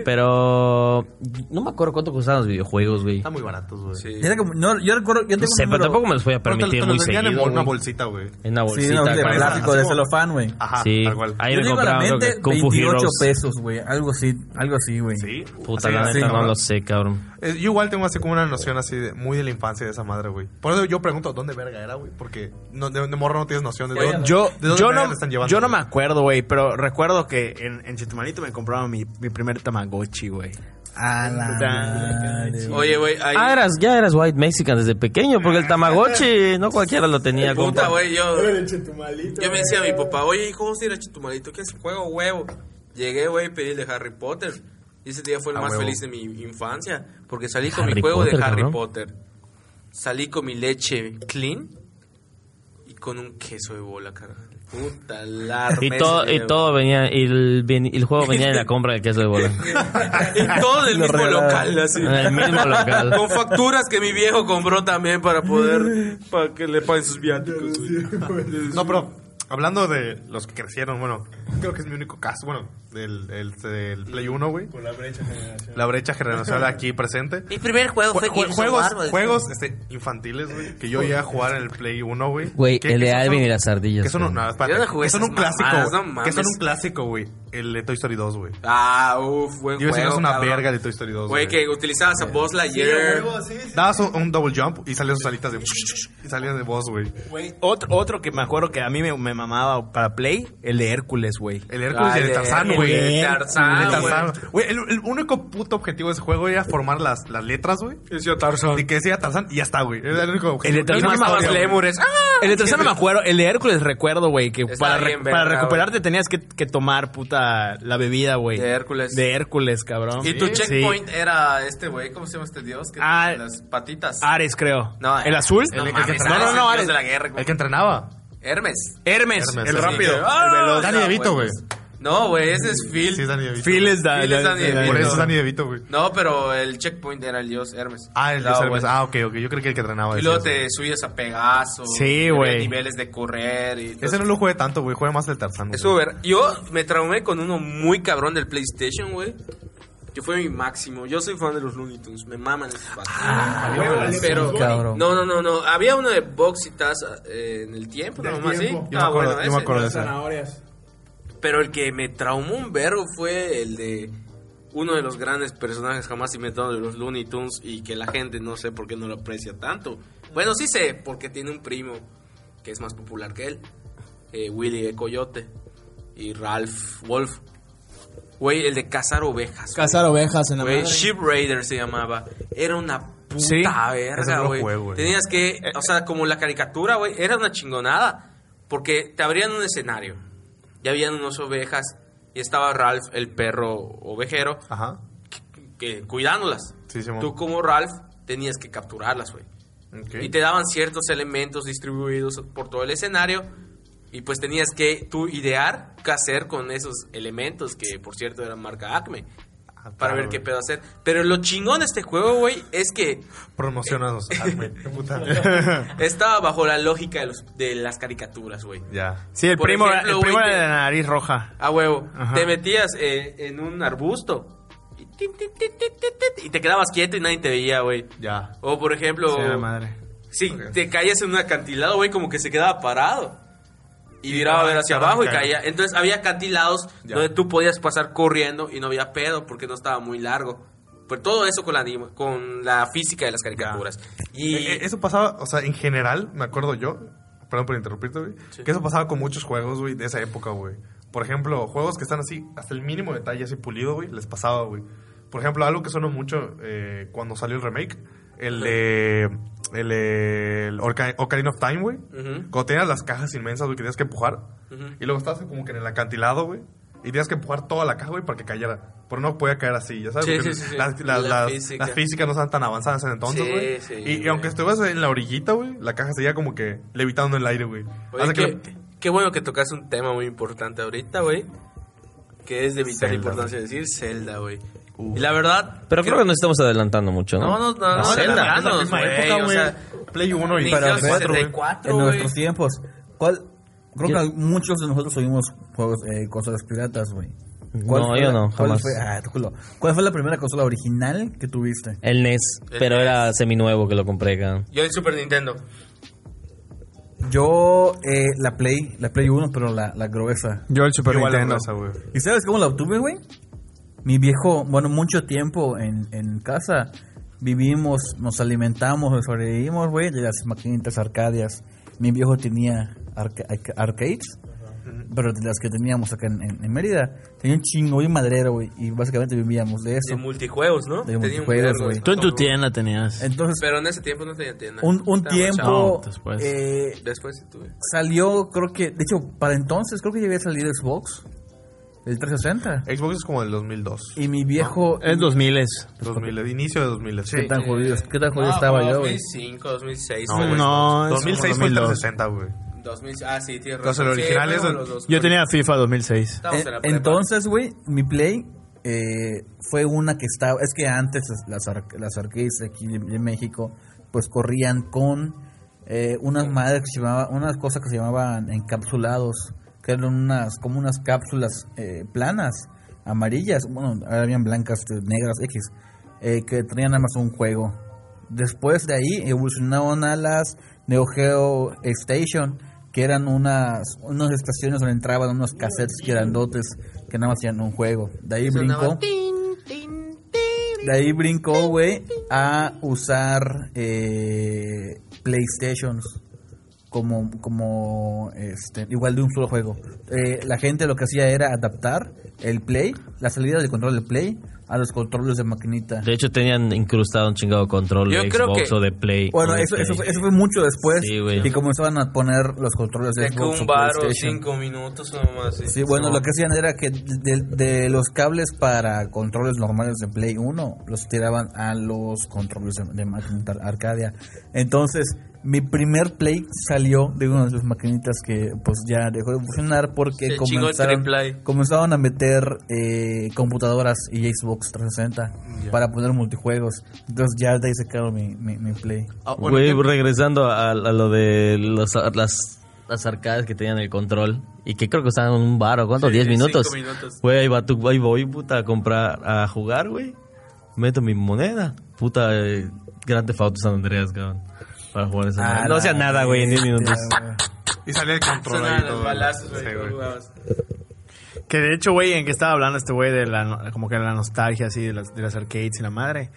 S2: Pero. No me acuerdo cuánto costaban los videojuegos, güey.
S5: Están muy baratos, güey.
S4: Sí.
S3: Era como, no, yo recuerdo, yo tengo
S2: No sé,
S3: un
S2: pero
S3: número-
S2: tampoco me los voy a
S5: Pero te-
S2: permitir
S5: te
S2: muy
S5: los vendían en
S2: seguido.
S5: bol- una
S2: güey.
S5: parece. bolsita, güey.
S3: Sí,
S2: En una
S3: no,
S2: bolsita.
S3: de
S2: con-
S3: plástico de celofán, güey.
S5: Ajá,
S2: Sí.
S5: tal cual.
S2: Ahí
S3: yo
S2: me
S3: tengo a la
S2: compraban creo
S3: mente
S2: que Kung Fu
S3: 28
S2: Heroes.
S3: pesos, güey. Algo así, algo así, güey.
S5: Sí.
S2: Puta,
S5: Así
S2: la
S5: era,
S2: neta
S5: sí,
S2: no
S5: ¿no?
S2: lo sé, cabrón.
S5: Eh, Yo igual tengo así como una noción así de, muy de la infancia de esa madre, güey. Por eso yo pregunto, ¿dónde verga era, güey? Porque no, de, de morro no tienes noción de dónde,
S6: Yo,
S5: de dónde
S6: yo,
S5: verga
S6: no,
S5: te están llevando.
S6: yo no me
S5: güey.
S6: acuerdo, güey, pero recuerdo que en, en Chetumalito me compraron mi, mi primer Tamagotchi, güey.
S3: A la madre, güey.
S4: Oye, güey, ahí.
S2: Ah, eras, ya eras white mexican desde pequeño, porque el Tamagotchi no cualquiera lo tenía.
S4: Puta,
S2: compa.
S4: güey, yo.
S7: Chetumalito.
S4: Yo me decía a mi papá, oye, hijo, vamos a ir a Chetumalito, ¿qué es juego, huevo? Llegué, güey, pedí el de Harry Potter. Y ese día fue el
S5: A
S4: más
S5: huevo.
S4: feliz de mi infancia, porque salí con
S2: Ah, Harry
S4: mi juego
S2: Potter,
S4: de Harry
S2: cabrón.
S4: Potter. Salí con mi leche clean y con un queso de bola, carajo. Puta la
S2: Y todo, y todo venía, y el, ven- y el juego venía en la compra del queso de bola.
S4: y todo del
S3: Lo
S4: mismo
S3: regalaron.
S4: local, así.
S2: En el mismo local.
S4: Con facturas que mi viejo compró también para poder, para que le paguen sus viáticos. güey.
S5: No, pero hablando de los que crecieron, bueno, creo que es mi único caso, bueno, del, del- del Play 1, güey. Con la brecha generacional. La brecha generacional aquí presente.
S4: Mi primer juego
S5: Jue- jue- juegos juegos este, infantiles, güey, que yo llegué a jugar en el Play 1, güey.
S2: Güey,
S5: Que-
S2: el
S5: que
S2: de
S5: son-
S2: Alvin y las
S5: Que
S2: ardillas.
S5: son, un,
S2: güey.
S5: no, espérate,
S4: Yo no jugué
S5: que son un
S4: esas
S5: clásico,
S4: mamadas, no
S5: que
S4: mames.
S5: son un clásico, güey. El de Toy Story 2, güey.
S4: Ah, uff, buen
S5: Yo decía,
S4: juego,
S5: es una
S4: cabrón.
S5: verga el de Toy Story 2,
S4: Güey, que utilizabas a Buzz Lightyear.
S5: Dabas un, un double jump y salían sus alitas de... Y salían de boss, güey.
S6: Güey, otro, otro que me acuerdo que a mí me, me mamaba para Play, el de Hércules, güey.
S5: El Hércules
S4: Ah,
S5: y el
S4: el
S5: de Tarzán,
S4: Hércules,
S5: güey.
S4: el de
S5: El
S4: Tarzán,
S5: de Tarzán. Güey, el, el único puto objetivo de ese juego era formar las, las letras, güey.
S4: Decía Tarzan.
S5: Y que decía Tarzán y ya está, güey. Era el único objetivo.
S6: El de Tarzán
S5: Era una
S6: mamaba
S5: historia, güey.
S4: Lemures. ¡Ah!
S6: El de Tarzán no me acuerdo, el de Hércules recuerdo, güey, que
S4: Estaba
S6: para, re-
S4: bien
S6: para
S4: verga,
S6: recuperarte tenías que, que tomar puta la bebida, güey.
S4: De Hércules.
S6: De Hércules, cabrón.
S4: Y tu
S6: Sí.
S4: checkpoint era este güey, ¿cómo se llama este dios? Que
S6: Ah.
S4: tiene las patitas.
S6: Ares, creo.
S4: No, eh,
S6: ¿El azul?
S4: No,
S5: El- el
S4: mames,
S5: que-
S4: Ares,
S6: no, no, no,
S4: el dios
S6: Ares.
S4: de la guerra. güey.
S5: El que entrenaba.
S4: Hermes.
S6: Hermes.
S5: Hermes.
S6: El
S5: Sí.
S6: rápido.
S4: Ah,
S6: El veloz.
S5: Dani DeVito, güey.
S4: No, güey, ese es Phil.
S5: Sí, es Dani DeVito.
S6: Phil es da-
S4: Phil es
S6: da-
S4: Dani
S6: da-
S4: DeVito.
S5: Por eso es
S6: da-
S5: Dani DeVito, güey.
S4: No, pero el checkpoint era el dios Hermes.
S5: Ah, el de
S4: No,
S5: Hermes.
S4: güey.
S5: Ah, ok, ok. Yo creo que el que entrenaba.
S4: Y
S5: es
S4: luego
S5: ese, güey.
S4: te subías a Pegaso.
S6: Sí,
S4: había
S6: güey.
S4: Niveles de correr. Y
S5: Ese no lo jugué tanto, güey. Jugué más el Tarzán. güey.
S4: Es Uber. Yo me traumé con uno muy cabrón del PlayStation, güey. Que fue mi máximo. Yo soy fan de los Looney Tunes. Me maman esos patos.
S5: Ah,
S4: Ah, pero,
S3: cabrón.
S4: no, no, no, no. Había uno de box y taza eh, en el tiempo, no más así.
S5: Yo
S4: Ah,
S5: me acuerdo,
S4: bueno,
S5: yo me
S4: ese.
S5: acuerdo de ese.
S7: Zanahorias.
S4: Pero el que me traumó un verbo fue el de uno de los grandes personajes jamás inventados de los Looney Tunes y que la gente no sé por qué no lo aprecia tanto. Bueno, sí sé, porque tiene un primo que es más popular que él, eh, Willy de Coyote y Ralph Wolf. Güey, el de cazar ovejas. güey.
S7: Cazar ovejas en la
S4: Güey,
S7: madre.
S4: Ship Raider se llamaba. Era una puta
S6: Sí,
S5: ese
S4: verga,
S5: no lo
S4: güey.
S5: jugué, güey.
S4: Tenías que, o sea, como la caricatura, güey, era una chingonada. Porque te abrían un escenario. Ya habían unas ovejas y estaba Ralph, el perro ovejero,
S5: Ajá.
S4: que, cuidándolas.
S5: Sí, Simón.
S4: Tú como Ralph tenías que capturarlas, güey.
S5: Ok.
S4: Y te daban ciertos elementos distribuidos por todo el escenario. Y pues tenías que tú idear qué hacer con esos elementos, que por cierto eran marca Acme.
S5: Ah,
S4: Para
S5: claro,
S4: ver qué
S5: güey.
S4: pedo hacer. Pero lo chingón de este juego, güey, es que
S5: Promocionados. Ah, güey, qué puta.
S4: estaba bajo la lógica de, los- de las caricaturas, güey.
S5: ya.
S6: Sí, el
S4: Por
S6: primo,
S4: ejemplo,
S6: el primo
S4: güey,
S6: era
S4: te-
S6: de la nariz roja.
S4: A huevo.
S6: Ajá.
S4: Te metías eh, en un arbusto. Y tit, tit, tit, tit, tit, tit, y te quedabas quieto y nadie te veía, güey.
S5: Ya.
S4: O por ejemplo,
S6: Sí, la madre.
S4: si
S5: Ok.
S4: te caías en un acantilado, güey, como que se quedaba parado. Y miraba a ver hacia
S5: estaba
S4: abajo y
S5: caído.
S4: caía. Entonces había acantilados
S5: Ya.
S4: donde tú podías pasar corriendo y no había pedo porque no estaba muy largo. Pero todo eso con la, anima- con la física de las caricaturas. Y
S5: Eh, eh, Eso pasaba, o sea, en general, me acuerdo yo, perdón por interrumpirte, güey, que eso pasaba con muchos juegos, güey, de esa época, güey. Por ejemplo, juegos que están así, hasta el mínimo detalle así pulido, güey, les pasaba, güey. Por ejemplo, algo que sonó mucho eh, cuando salió el remake, el de. El, de- el Orca- Ocarina of Time, güey.
S4: Ujú.
S5: Cuando tenías las cajas inmensas, güey, que tenías que empujar.
S4: Ujú.
S5: Y luego estabas como que en el acantilado, güey. Y tenías que empujar toda la caja, güey, para que cayera. Pero no podía caer así, ya sabes.
S4: Sí,
S5: porque
S4: sí, sí, sí.
S5: Las, las-
S4: La
S5: las-
S4: física.
S5: las físicas no están tan avanzadas en entonces,
S4: Sí,
S5: güey.
S4: sí,
S5: y, y
S4: güey.
S5: aunque estuvieras en la orillita, güey, la caja seguía como que levitando en el aire, güey.
S4: Oye,
S5: Hasta que
S4: qué,
S5: la-
S4: qué bueno que tocas un tema muy importante ahorita, güey. Que es de vital
S5: Zelda,
S4: importancia decir Zelda, güey. Y la verdad.
S2: Pero creo que nos estamos adelantando mucho, ¿no?
S4: No, no, no, no,
S2: Zelda.
S4: Zelda,
S5: es la misma
S4: güey,
S5: época,
S4: o
S5: güey.
S4: sea,
S5: Play 1 y
S4: Nintendo
S5: Play 4, güey.
S4: 64,
S3: en
S4: güey.
S3: nuestros tiempos. ¿Cuál? Creo que muchos de nosotros oímos juegos, eh, cosas piratas, güey. ¿Cuál
S2: No,
S3: fue
S2: yo
S3: la-
S2: no,
S3: cuál
S2: jamás.
S3: fue- ah, tú culo. ¿Cuál fue la primera consola original que tuviste?
S2: El NES,
S4: El E
S2: pero
S4: NES.
S2: era seminuevo que lo compré acá.
S4: Yo el Super Nintendo.
S3: Yo, eh, la Play, la Play 1, pero la, la gruesa.
S6: Yo el Super
S5: Igual la
S6: Nintendo.
S5: raza, güey.
S3: ¿Y sabes cómo la obtuve, güey? Mi viejo, bueno, mucho tiempo en, en casa vivimos, nos alimentamos, nos sobrevivimos, güey, de las maquinitas arcadias. Mi viejo tenía arca- arca- arcades, pero de las que teníamos acá en, en- en Mérida. Tenía un chingo y madrero, güey, y básicamente vivíamos de
S4: De
S3: eso.
S4: multijuegos, ¿no?
S3: De
S4: Tenía un
S3: multijuegos,
S4: vergo de
S3: güey.
S6: Tú en tu
S4: juegos.
S6: tienda tenías.
S3: Entonces,
S4: Pero en ese tiempo no tenía tienda.
S3: un, un
S4: Estaba
S3: tiempo
S6: chavo. No, después.
S3: eh,
S4: chavo. Después sí tuve.
S3: salió, creo que, de hecho, para entonces creo que ya había salido Xbox, el 360.
S5: Xbox es como del 2002.
S3: Y mi viejo,
S6: Es 2000
S5: 2000, el inicio de 2000.
S3: ¿qué tan jodido, qué tan jodido estaba yo, güey?
S4: 2005, 2006.
S5: No,
S4: güey.
S5: güey.
S6: No, es
S5: 2006 fue el
S6: 2002.
S5: 360, güey.
S4: 2000, ah, sí, tienes
S5: Entonces, el
S4: Sí,
S5: original
S4: fueron
S5: es el-
S4: los dos.
S6: Yo tenía FIFA 2006.
S4: Estábamos
S3: Eh,
S4: en la prepa.
S3: entonces, güey, mi play eh, fue una que estaba. Es que antes las, ar- las arcades de aquí en en México, pues corrían con eh, unas madres que se llamaba, unas cosas que se llamaban encapsulados, que eran unas, como unas cápsulas eh, planas, amarillas, bueno, ahora habían blancas, eh, negras, X, eh, que tenían nada más un juego. Después de ahí evolucionaron a las Neo Geo Station, que eran unas, unas estaciones donde entraban unos cassettes grandotes que nada más tenían un juego. De ahí brincó. De ahí brincó, güey, a usar eh, PlayStations como, como este, igual de un solo juego. Eh, la gente lo que hacía era adaptar el Play, la salida del control del Play, a los controles de maquinita.
S2: De hecho, tenían incrustado un chingado control
S4: Yo
S2: de
S4: creo
S2: Xbox
S4: que-
S2: o de Play. o
S3: Bueno,
S2: de
S3: eso, eso,
S2: Play.
S3: fue, eso fue mucho después
S2: Sí, güey.
S3: y comenzaban a poner los controles de
S4: De que
S3: Xbox o
S4: un bar o
S3: PlayStation.
S4: cinco minutos nomás.
S3: Sí, bueno, lo que hacían era que de, de los cables para controles normales de Play 1 los tiraban a los controles de, de maquinita Arcadia. Entonces, mi primer Play salió de una de sus maquinitas que pues ya dejó de funcionar porque
S4: Se chingó el
S3: comenzaron,
S4: triple
S3: comenzaron a meter eh, computadoras y Xbox 360 para poner multijuegos. Entonces ya de ahí se quedó mi, mi, mi Play.
S5: Ah, bueno,
S2: Güey,
S5: ¿qué-
S2: regresando a, a lo de los- las, las arcadas que tenían el control y que creo que estaban en un bar o cuánto,
S4: Sí,
S2: 10
S4: cinco
S2: minutos.
S4: minutos.
S2: Güey, ahí, va tu- ahí voy, puta, a comprar, a jugar, güey. Meto mi moneda. Puta, eh, Grande Fauto San Andreas, cabrón. Para jugar esa
S5: Ah,
S3: Ah,
S2: madre. No hacía nada, Ah, güey, en 10 minutos.
S5: Y salía el control
S4: Sonaban Ah,
S5: ahí todo,
S4: los
S5: güey.
S4: balazos, güey.
S5: Sí,
S4: cuando
S5: güey.
S4: jugabas.
S6: Que de hecho, güey, en que estaba hablando este güey de la, no- como que la nostalgia así de las, de las arcades y la madre.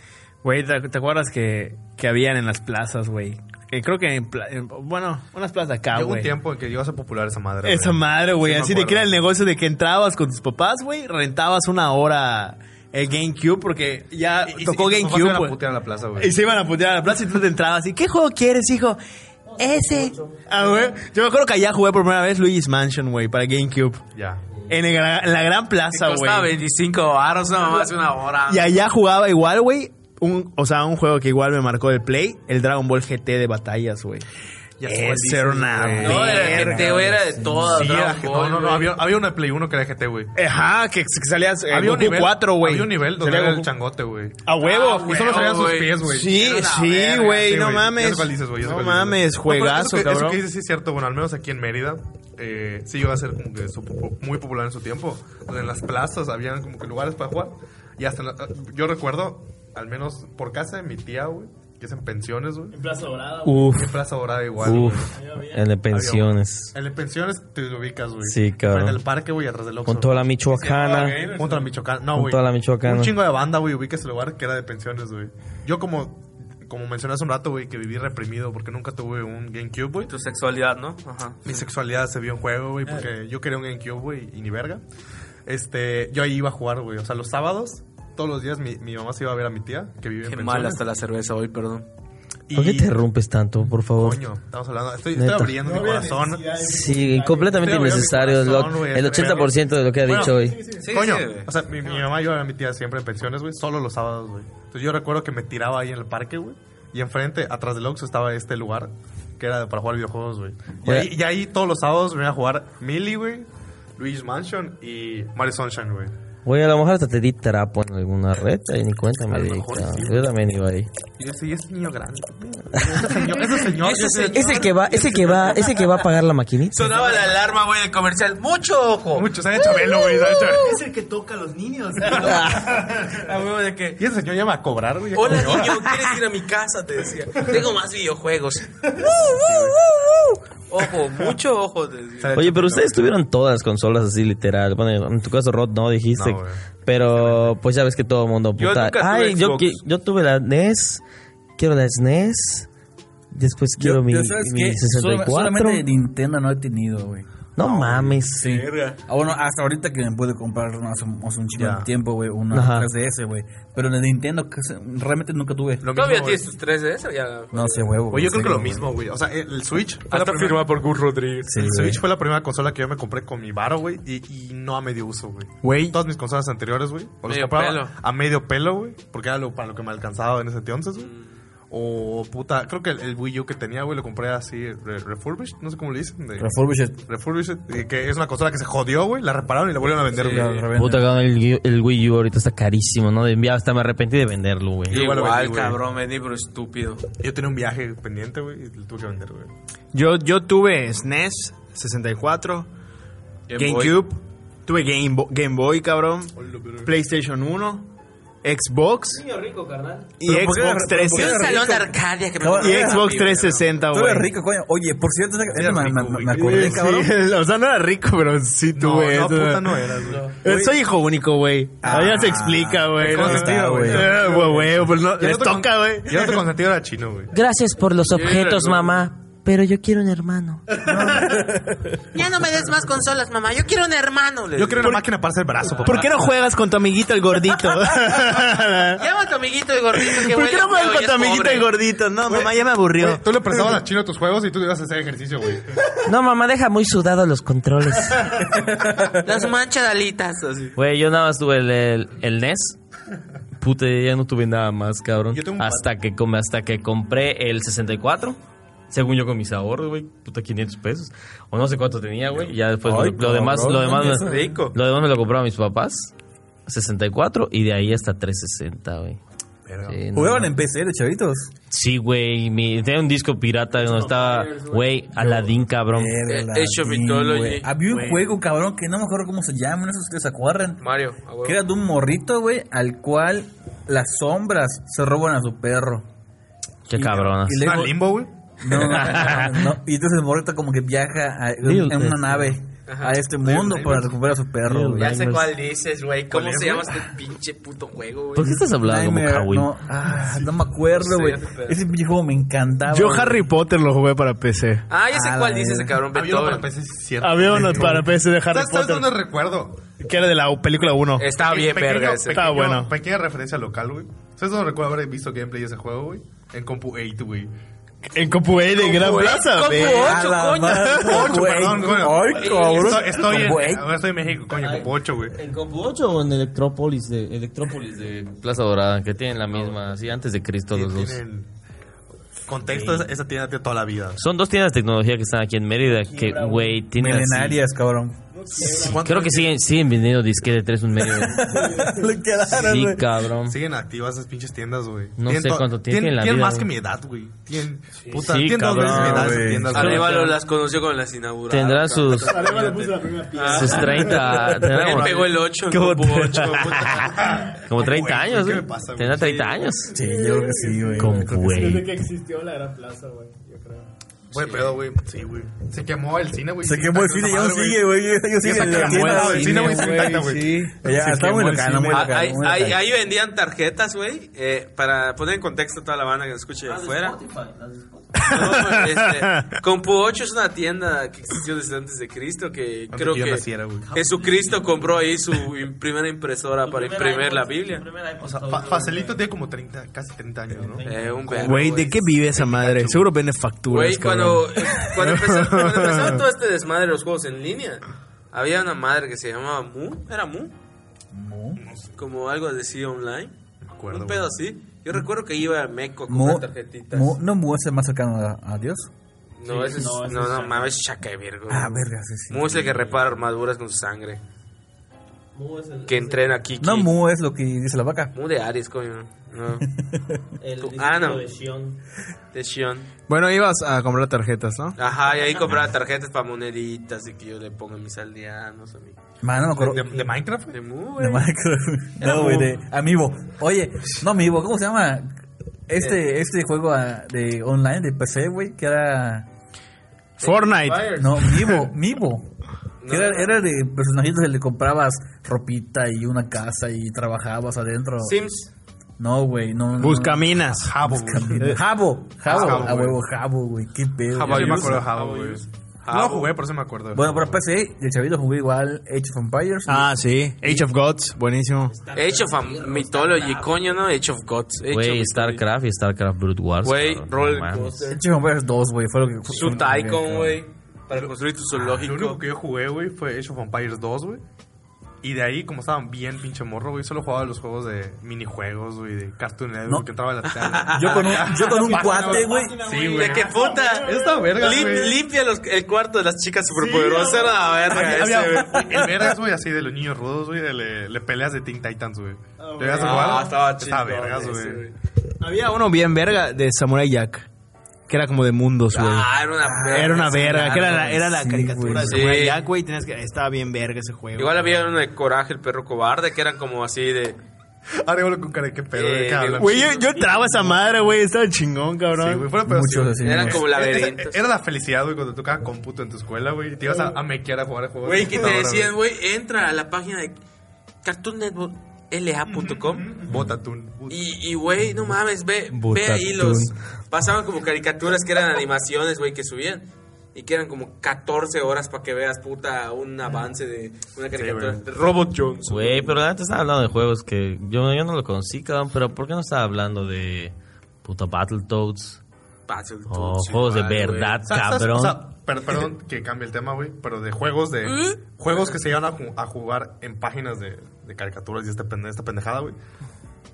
S6: Güey, ¿te, te acuerdas que, que habían en las plazas, güey? Que creo que en, pla- en- bueno, unas plazas acá,
S5: Llegó un
S6: güey.
S5: tiempo en que llegó a ser popular esa madre.
S6: Esa
S5: güey.
S6: madre, güey,
S5: Sí, me
S6: así de que era el
S5: acuerdo.
S6: negocio de que entrabas con tus papás, güey, rentabas una hora el GameCube porque ya
S5: Y- y-
S6: tocó
S5: y tus papás
S6: GameCube.
S5: iban a
S6: güey.
S5: putear a la plaza, güey.
S6: Y se iban a putear a la plaza y tú te entrabas y ¿qué juego quieres, hijo? Ese. Ah, güey. Yo me acuerdo que allá jugué por primera vez Luigi's Mansion, güey, para GameCube.
S5: Ya.
S6: En, el gra- en la gran plaza,
S4: Costaba
S6: güey.
S4: 25 baros nomás una hora.
S6: Y allá jugaba igual, güey. un, o sea, un juego que igual me marcó el Play, el Dragon Ball GT de batallas, güey.
S5: Ya
S6: Ese
S5: se volviste,
S6: era una
S5: güey.
S4: No, era
S6: verga,
S4: gente, güey, era de todo.
S5: Sí, era
S4: Dragon
S5: GT.
S4: Ball,
S5: No, no, no.
S4: güey.
S5: Había, había una de Play 1 que era GT, güey.
S6: Ajá, que, que salías eh,
S5: Había un
S6: Goku
S5: nivel
S6: 4, güey.
S5: Había un nivel donde
S6: Salía
S5: era el
S6: Goku-
S5: changote, güey.
S6: A
S4: Ah,
S6: huevo.
S5: Y solo
S4: huevo,
S5: salían sus
S4: güey.
S5: pies, güey.
S6: Sí,
S4: Era una
S6: sí,
S4: verga,
S6: güey,
S5: Sí,
S6: no
S5: güey. Ya
S6: mames.
S5: sé cuál dices, güey, ya sé
S6: no
S5: cuál dices, güey.
S6: mames,
S5: No, pero
S6: juegazo,
S5: eso que, Eso
S6: cabrón.
S5: que dices sí es cierto, bueno, al menos aquí en Mérida, eh, sí iba a ser como que su- muy popular en su tiempo. donde en las plazas habían como que lugares para jugar. Y hasta, en la- yo recuerdo, al menos por casa de mi tía, güey, que es en pensiones, güey.
S2: Uf,
S5: En Plaza Dorada igual, güey.
S2: uf. El de pensiones.
S5: En las pensiones te lo ubicas, güey.
S2: Sí, cabrón.
S5: En el parque, güey, atrás del Oxxo.
S2: Con toda la michoacana.
S4: pues,
S5: Junto
S4: eh,
S5: a la Michoacán. No,
S2: Junto
S5: güey.
S2: a la Michoacana.
S5: Un chingo de banda, güey. Ubica ese lugar que era de pensiones, güey. Yo como, como mencioné hace un rato, güey, que viví reprimido porque nunca tuve un GameCube, güey.
S4: Tu sexualidad, ¿no? Ajá.
S5: Mi sexualidad se vio en juego, güey, porque yo quería un GameCube, güey, y ni verga. Este, yo ahí iba a jugar, güey. O sea, los sábados, todos los días, mi, mi mamá se iba a ver a mi tía, que vive
S4: Qué
S5: en
S4: mal
S5: pensiones.
S4: hasta la cerveza hoy, perdón.
S5: Y-
S2: ¿Por qué te rompes tanto, por favor?
S5: Coño, estamos hablando. Estoy,
S2: Neta.
S5: estoy abriendo mi corazón.
S2: Sí, completamente
S5: Te abrió mi
S2: innecesario. El,
S5: corazón, güey,
S2: el
S5: este
S2: 80% de lo que ha
S5: Bueno,
S2: dicho hoy.
S4: Sí,
S5: Coño,
S4: sí, güey.
S5: o sea, mi, mi mamá iba a mi tía siempre en pensiones, güey, solo los sábados, güey. Entonces yo recuerdo que me tiraba ahí en el parque, güey, y enfrente, atrás del Oxxo, estaba este lugar que era para jugar videojuegos, güey. Y,
S2: Ya.
S5: ahí- y ahí todos los sábados me iba a jugar Millie, güey, Luis Mansion y Mario Sunshine, güey.
S2: Güey, a lo mejor hasta te di trapo en alguna red. Ahí ni cuenta me
S5: A lo
S2: di.
S5: mejor
S2: cabrón.
S5: sí.
S2: Yo también iba ahí.
S5: Y yo sí, ese niño grande. Ese señor, ese señor. ese señor.
S2: Ese que va, ese que va, ese que va a pagar la maquinita.
S4: Sonaba la alarma, güey, del comercial. ¡Mucho ojo!
S5: Mucho, se ha hecho velo, güey, se ha hecho velo.
S8: Es el que toca a los niños.
S2: Ah,
S5: Ah,
S4: A huevo de que...
S5: Y ese señor ya me va a cobrar, güey. ya
S4: Hola,
S5: cobró.
S4: niño, ¿quieres ir a mi casa? Te decía. Tengo más videojuegos. Ojo, mucho ojo, te
S5: Se
S4: decía.
S5: ha hecho
S2: Oye, pero
S5: velo.
S2: ustedes tuvieron todas las consolas así literal. Bueno, en tu caso Rod no dijiste.
S5: No, güey.
S2: pero pues ya ves que todo el mundo
S4: Yo
S2: puta.
S4: nunca tuve
S2: Ay, yo,
S4: Xbox.
S2: qui- yo tuve la NES. Quiero la SNES. Después quiero mi,
S3: ¿sabes
S2: mi
S3: qué? Sola-
S2: 64.
S3: Solamente Nintendo no he tenido, güey.
S2: No mames.
S3: Sí. Ah, bueno, hasta ahorita que me pude comprar no hace, hace un chingo
S5: Ya.
S3: de tiempo, güey,
S2: Ajá.
S3: una 3DS, güey. Pero la de Nintendo que se- realmente nunca tuve.
S5: Lo mismo,
S4: ¿Todavía
S5: güey.
S4: tienes tus 3DS o ya?
S3: No sé, huevo.
S5: Oye, yo creo que lo
S3: güey.
S5: mismo, güey. O sea, el el Switch. fue la
S9: Hasta
S5: primera-
S9: firmada por Gus Rodríguez.
S5: el Switch fue la primera consola que yo me compré con mi varo, güey, y, y no a medio uso, güey.
S6: Güey.
S5: Todas mis consolas anteriores, güey, o las
S4: Medio
S5: compraba
S4: pelo.
S5: a medio pelo, güey, porque era lo, para lo que me alcanzaba en ese entonces, güey. O puta, creo que el, el Wii U que tenía, güey, lo compré así, re- refurbished, no sé cómo le dicen. de-
S3: Refurbished.
S5: refurbished, y que es una consola que se jodió, güey, la repararon y la volvieron a vender,
S3: la
S5: güey.
S3: revenden.
S2: Puta, cabrón, el, el Wii U ahorita está carísimo, ¿no? De enviar, hasta me arrepentí de venderlo, güey.
S5: Igual
S4: Igual,
S5: vendí, güey.
S4: cabrón, vení, pero estúpido.
S5: Yo tenía un viaje pendiente, güey, y lo tuve que vender, güey.
S6: Yo, yo tuve E SNES 64, GameCube, tuve Game, Bo- Game Boy, cabrón, PlayStation 1, Xbox y
S3: Pero ¿por qué-
S6: Xbox
S3: pero ¿por qué era
S6: 360.
S3: rico?
S4: Arcadia que me
S3: No,
S6: Y
S3: era
S6: Xbox 360,
S3: Tú eres
S6: güey.
S3: rico, coño. Oye, por cierto, ¿sabes?
S5: Era
S3: Eso me,
S5: rico,
S3: me-
S5: güey.
S3: me acordé,
S6: Sí,
S3: cabrón.
S6: o sea, no era rico, pero sí
S5: No,
S3: eh,
S6: tuve.
S5: no,
S6: eso.
S5: puta, no eras, güey.
S6: Eh, Soy hijo único, güey.
S3: Ah,
S6: Ahí ya se explica, güey.
S5: ¿cómo
S6: No,
S5: se tira, güey?
S6: Eh, güey, güey, pues no,
S5: Y el
S6: les
S5: otro con-
S6: toca, güey.
S5: Y el otro consentido era chino, güey.
S2: Gracias por los objetos, mamá. Pero yo quiero un hermano.
S4: Ya no me des más consolas, mamá. Yo quiero un hermano. le
S5: Yo
S4: digo.
S5: quiero una máquina para hacer brazo, papá.
S6: ¿Por qué no juegas con tu amiguito el gordito?
S4: Llama a tu amiguito de gordito que
S6: ¿Por qué no juegas con tu amiguito el gordito? No, mamá, ya me aburrió.
S5: Güey, tú le prestabas a Chino tus juegos y tú ibas a hacer ejercicio, güey.
S2: No, mamá, deja muy sudados los controles.
S4: Las manchadalitas. Así.
S2: Güey, yo nada más tuve el, el, el NES. Puta, ya no tuve nada más, cabrón.
S5: Yo tengo un
S2: Hasta que, com- hasta que compré el 64. Según yo con mis ahorros, güey. Puta, 500 pesos. O no sé cuánto tenía, güey. y Ya después
S3: Ay,
S2: lo, lo demás, lo
S3: cabrón,
S2: demás,
S3: eso
S2: me,
S3: es
S5: rico.
S2: lo demás me lo compraron mis papás. 64 y de ahí hasta 360, güey. Sí, no,
S3: Jugaban en PC, los chavitos.
S2: Sí, güey, mi- tenía un disco pirata donde estaba, güey, Aladdin, cabrón.
S3: Verga,
S4: Age of
S3: sí,
S4: Mythology.
S3: güey. Había un
S4: Güey.
S3: juego, cabrón, que no me acuerdo cómo se llaman esos que se acuerdan.
S4: Mario, a huevo.
S3: Que era de un morrito, güey, al cual las sombras se roban a su perro.
S2: Qué
S3: Y-
S2: cabronas.
S3: y
S5: ¿Una
S3: luego-
S5: limbo, güey?
S3: No, no, no. Y entonces el morrito como que viaja a-
S2: Little
S3: en una
S2: Tesla.
S3: nave a este mundo para recuperar a su perro,
S2: Little
S3: güey.
S4: Ya sé
S2: Nightmares.
S4: cuál dices, güey. ¿Cómo
S5: ¿Cuál es,
S4: se llama este pinche puto juego, güey?
S2: ¿Por qué estás hablando como
S3: Nightmare,
S2: Halloween?
S3: no, ah, no me acuerdo,
S4: Sí,
S3: güey.
S4: ya te pedo.
S3: Ese pinche juego me encantaba.
S6: Yo
S3: Ah, güey.
S6: Harry Potter lo jugué para PC.
S4: Ah, ya sé
S3: Ah,
S4: cuál
S3: la
S4: dices, ese
S3: verga.
S4: cabrón.
S5: Había uno para
S4: Beethoven.
S5: PC, sí, es cierto.
S6: Había uno para PC de Harry
S5: ¿Sabes sabes
S6: Potter,
S5: dónde recuerdo?
S6: que era de la película 1.
S4: Estaba bien,
S5: Pequeño-
S4: verga
S5: pequeño-
S4: ese.
S6: Estaba bueno.
S5: Pequeña referencia local, güey. ¿Sabes dónde recuerdo haber visto gameplay de ese juego, güey? En Compu 8, güey.
S6: En Copuey de Gran Plaza, güey.
S3: A la madre,
S5: Ocho,
S3: güey.
S5: perdón, coño.
S3: Ay, cabrón.
S5: Estoy, estoy en,
S3: Güey.
S5: ahora estoy en México, coño, con pocho, güey.
S2: ¿En Compu 8 o en Electrópolis de, Electrópolis de Plaza Dorada? Que tienen la misma, sí, antes de Cristo los dos.
S5: Tienen- Contexto, esa, esa tienda tiene toda la vida.
S2: Son dos tiendas de tecnología que están aquí en Mérida que, güey, tienen así-
S3: Milenarias, cabrón.
S5: ¿Cuánto-
S2: Creo que siguen, siguen vendiendo disque de 3 un medio.
S3: Le quedaron,
S2: sí,
S3: güey.
S2: cabrón.
S5: Siguen activas esas pinches tiendas, güey.
S2: No
S5: Tienen
S2: sé
S5: to-
S2: cuánto tienen en la
S5: Tienen
S2: vida,
S5: más
S2: güey.
S5: que mi edad, güey. Tienen, puta,
S2: Sí,
S5: tienen dos veces mi
S2: cabrón,
S5: edad esas
S3: güey.
S5: tiendas, güey.
S4: Arevalo las conoció con las inauguradas.
S2: Tendrá sus,
S7: Arriba le puse la primera piedra.
S2: sus 30. Tendrá
S4: Él
S2: como,
S4: pegó el 8
S2: Qué
S4: como
S2: botón.
S4: 8.
S2: como 30
S5: güey,
S2: años,
S5: ¿qué
S2: güey.
S5: me pasa, güey?
S2: Tendrá 30 años.
S3: Sí, yo creo que sí, güey.
S2: Con
S7: Desde
S2: güey.
S7: que existió la Gran Plaza, güey, yo creo.
S5: Güey, pedo, güey. Sí, güey. Se quemó el cine, güey.
S3: Se quemó el cine, ya no sigue, güey. Yo sigue en la tienda,
S5: el cine, güey, se intacta, güey.
S3: Sí. Ya, está muy locana, muy
S4: Ah,
S3: locana.
S4: Ahí,
S3: muy
S4: ahí-
S3: locana.
S4: ahí vendían tarjetas, güey, eh, para poner en contexto a toda la banda que nos escuche de afuera. No, este, Compu 8 es una tienda que existió desde antes de Cristo, que
S5: Antes
S4: creo
S5: que yo
S4: que
S5: naciera, güey.
S4: Jesucristo compró ahí su im- primera impresora para imprimir la Biblia.
S5: O sea, fa- Facilito tiene como 30, casi 30 años, ¿no?
S4: Eh, un verbo,
S6: Güey, ¿de qué vive esa madre? Seguro vende facturas.
S4: Güey, cuando, cuando, empezó, cuando empezaba todo este desmadre de los juegos en línea, había una madre que se llamaba Mu, ¿era Mu? Como algo de sí online.
S5: Me acuerdo,
S4: un pedo así. Yo recuerdo que iba a Meco con
S3: Mu-
S4: tarjetitas. Ah,
S3: Mu- no, Mu es el más cercano a, a Dios.
S4: No, ese es, no, no, mames, chaca de Virgo.
S3: Ah, verga, sí, sí.
S4: Mu es el que repara armaduras con su sangre. que entrena aquí.
S3: No, Mu es lo que dice la vaca.
S4: Mu de Aries, coño. No. Tu- ah, no. De Shion.
S6: Bueno, ibas a comprar tarjetas, ¿no?
S4: Ajá, y ahí compraba tarjetas para moneditas y que yo le ponga mis aldeanos a mi.
S3: Man, no me acuerdo.
S5: ¿De, de Minecraft? güey?
S4: De Mu, güey.
S3: No, man, creo- no, güey, de Amiibo. Oye, no Amiibo, ¿cómo se llama? Este, este juego ah, de online, de PC, güey, que era...
S6: Fortnite.
S3: No, Mivo, Mivo. Que
S4: Pues. No.
S3: era, era de personajitos que le comprabas ropita y una casa y trabajabas adentro.
S4: Sims.
S3: No, güey, no. no.
S6: Buscaminas.
S5: Jabo, güey.
S3: Eh, Jabo, Jabo,
S5: Jabo,
S3: a
S5: güey.
S3: huevo, Jabo, güey, qué pedo.
S5: Jabo, yo me
S3: güey.
S5: acuerdo de Jabo, güey. No lo jugué, por eso me acuerdo. de
S3: Bueno,
S5: Jabo,
S3: para PC, el chavito jugué igual Age of Empires.
S6: Ah, sí. Age of Gods. Buenísimo.
S4: Age of Am- Mythology, coño, ¿no? Age of Gods. Age of
S2: Güey,
S4: Mythology.
S2: StarCraft y StarCraft Brood Wars.
S4: Güey,
S2: cabrón, no
S4: Roller
S2: mames.
S4: Coaster.
S3: Age of Empires 2, güey, fue lo que
S5: Pues
S4: Su Tycoon, güey. Para construir tu
S5: Lo único
S4: zoológico.
S5: que yo jugué, güey, fue Age of Empires 2, güey. Y de ahí, como estaban bien pinche morro, güey, solo jugaba los juegos de minijuegos, güey, de Cartoon Network,
S3: No.
S5: que entraba a la tele.
S3: Yo con un, yo con un cuate, güey.
S5: Sí, güey.
S4: ¿De qué puta?
S5: Esta verga,
S4: Lim-
S5: güey.
S4: Limpia los- el cuarto de las chicas superpoderosas. era la verga
S5: Había-
S4: ese, güey.
S5: el vergas, güey, así de los niños rudos, güey, de le, le peleas de Teen Titans, güey. ¿Te ibas a jugar?
S4: Ah, estaba chido.
S5: Estaba vergas, güey.
S6: Había uno bien verga de Samurai Jack. Que era como de mundos, güey.
S4: Ah, era una verga.
S6: Era una verga, que era la,
S3: güey,
S6: era la
S3: sí,
S6: caricatura
S3: güey.
S6: de Samurai
S4: Sí.
S6: Jack, güey. Tenías que, estaba bien verga ese juego.
S4: Igual había uno de Coraje, el perro cobarde, que eran como así de...
S5: Arriba con cara de qué pedo,
S4: Eh,
S5: de qué hablan.
S6: Güey, yo, yo entraba a esa madre, güey. Estaba chingón, cabrón.
S5: Sí, güey, fuera pedo, sí,
S3: Muchos
S5: güey.
S3: así.
S4: Eran como
S5: Esa-
S4: laberintos.
S5: Era la felicidad, güey, cuando tocaban computo en tu escuela, güey. y Te ibas a, a mequear a jugar a juegos.
S4: Güey,
S5: de
S4: que te
S5: computadora,
S4: decían,
S5: güey.
S4: güey, entra a la página de Cartoon Network la.com
S5: Botatún.
S4: Y, y, güey, no mames, ve, ve ahí los... Pasaban como caricaturas que eran animaciones, güey, que subían. Y que eran como 14 horas para que veas, puta, un avance de una caricatura. Robot Jones.
S2: Güey, pero la neta estaba hablando de juegos que yo, yo no lo conocí, cabrón. Pero ¿por qué no estaba hablando de puta Battletoads?
S4: Paso
S3: Oh,
S4: el
S2: O
S4: tucho,
S2: juegos de
S4: igual, güey.
S2: verdad,
S5: ¿Sabes- sabes-
S2: cabrón.
S5: o sea, per- perdón que cambie el tema, güey, pero de juegos de juegos que se llevan a, ju- a jugar en páginas de, de caricaturas y esta, pende- esta pendejada, güey.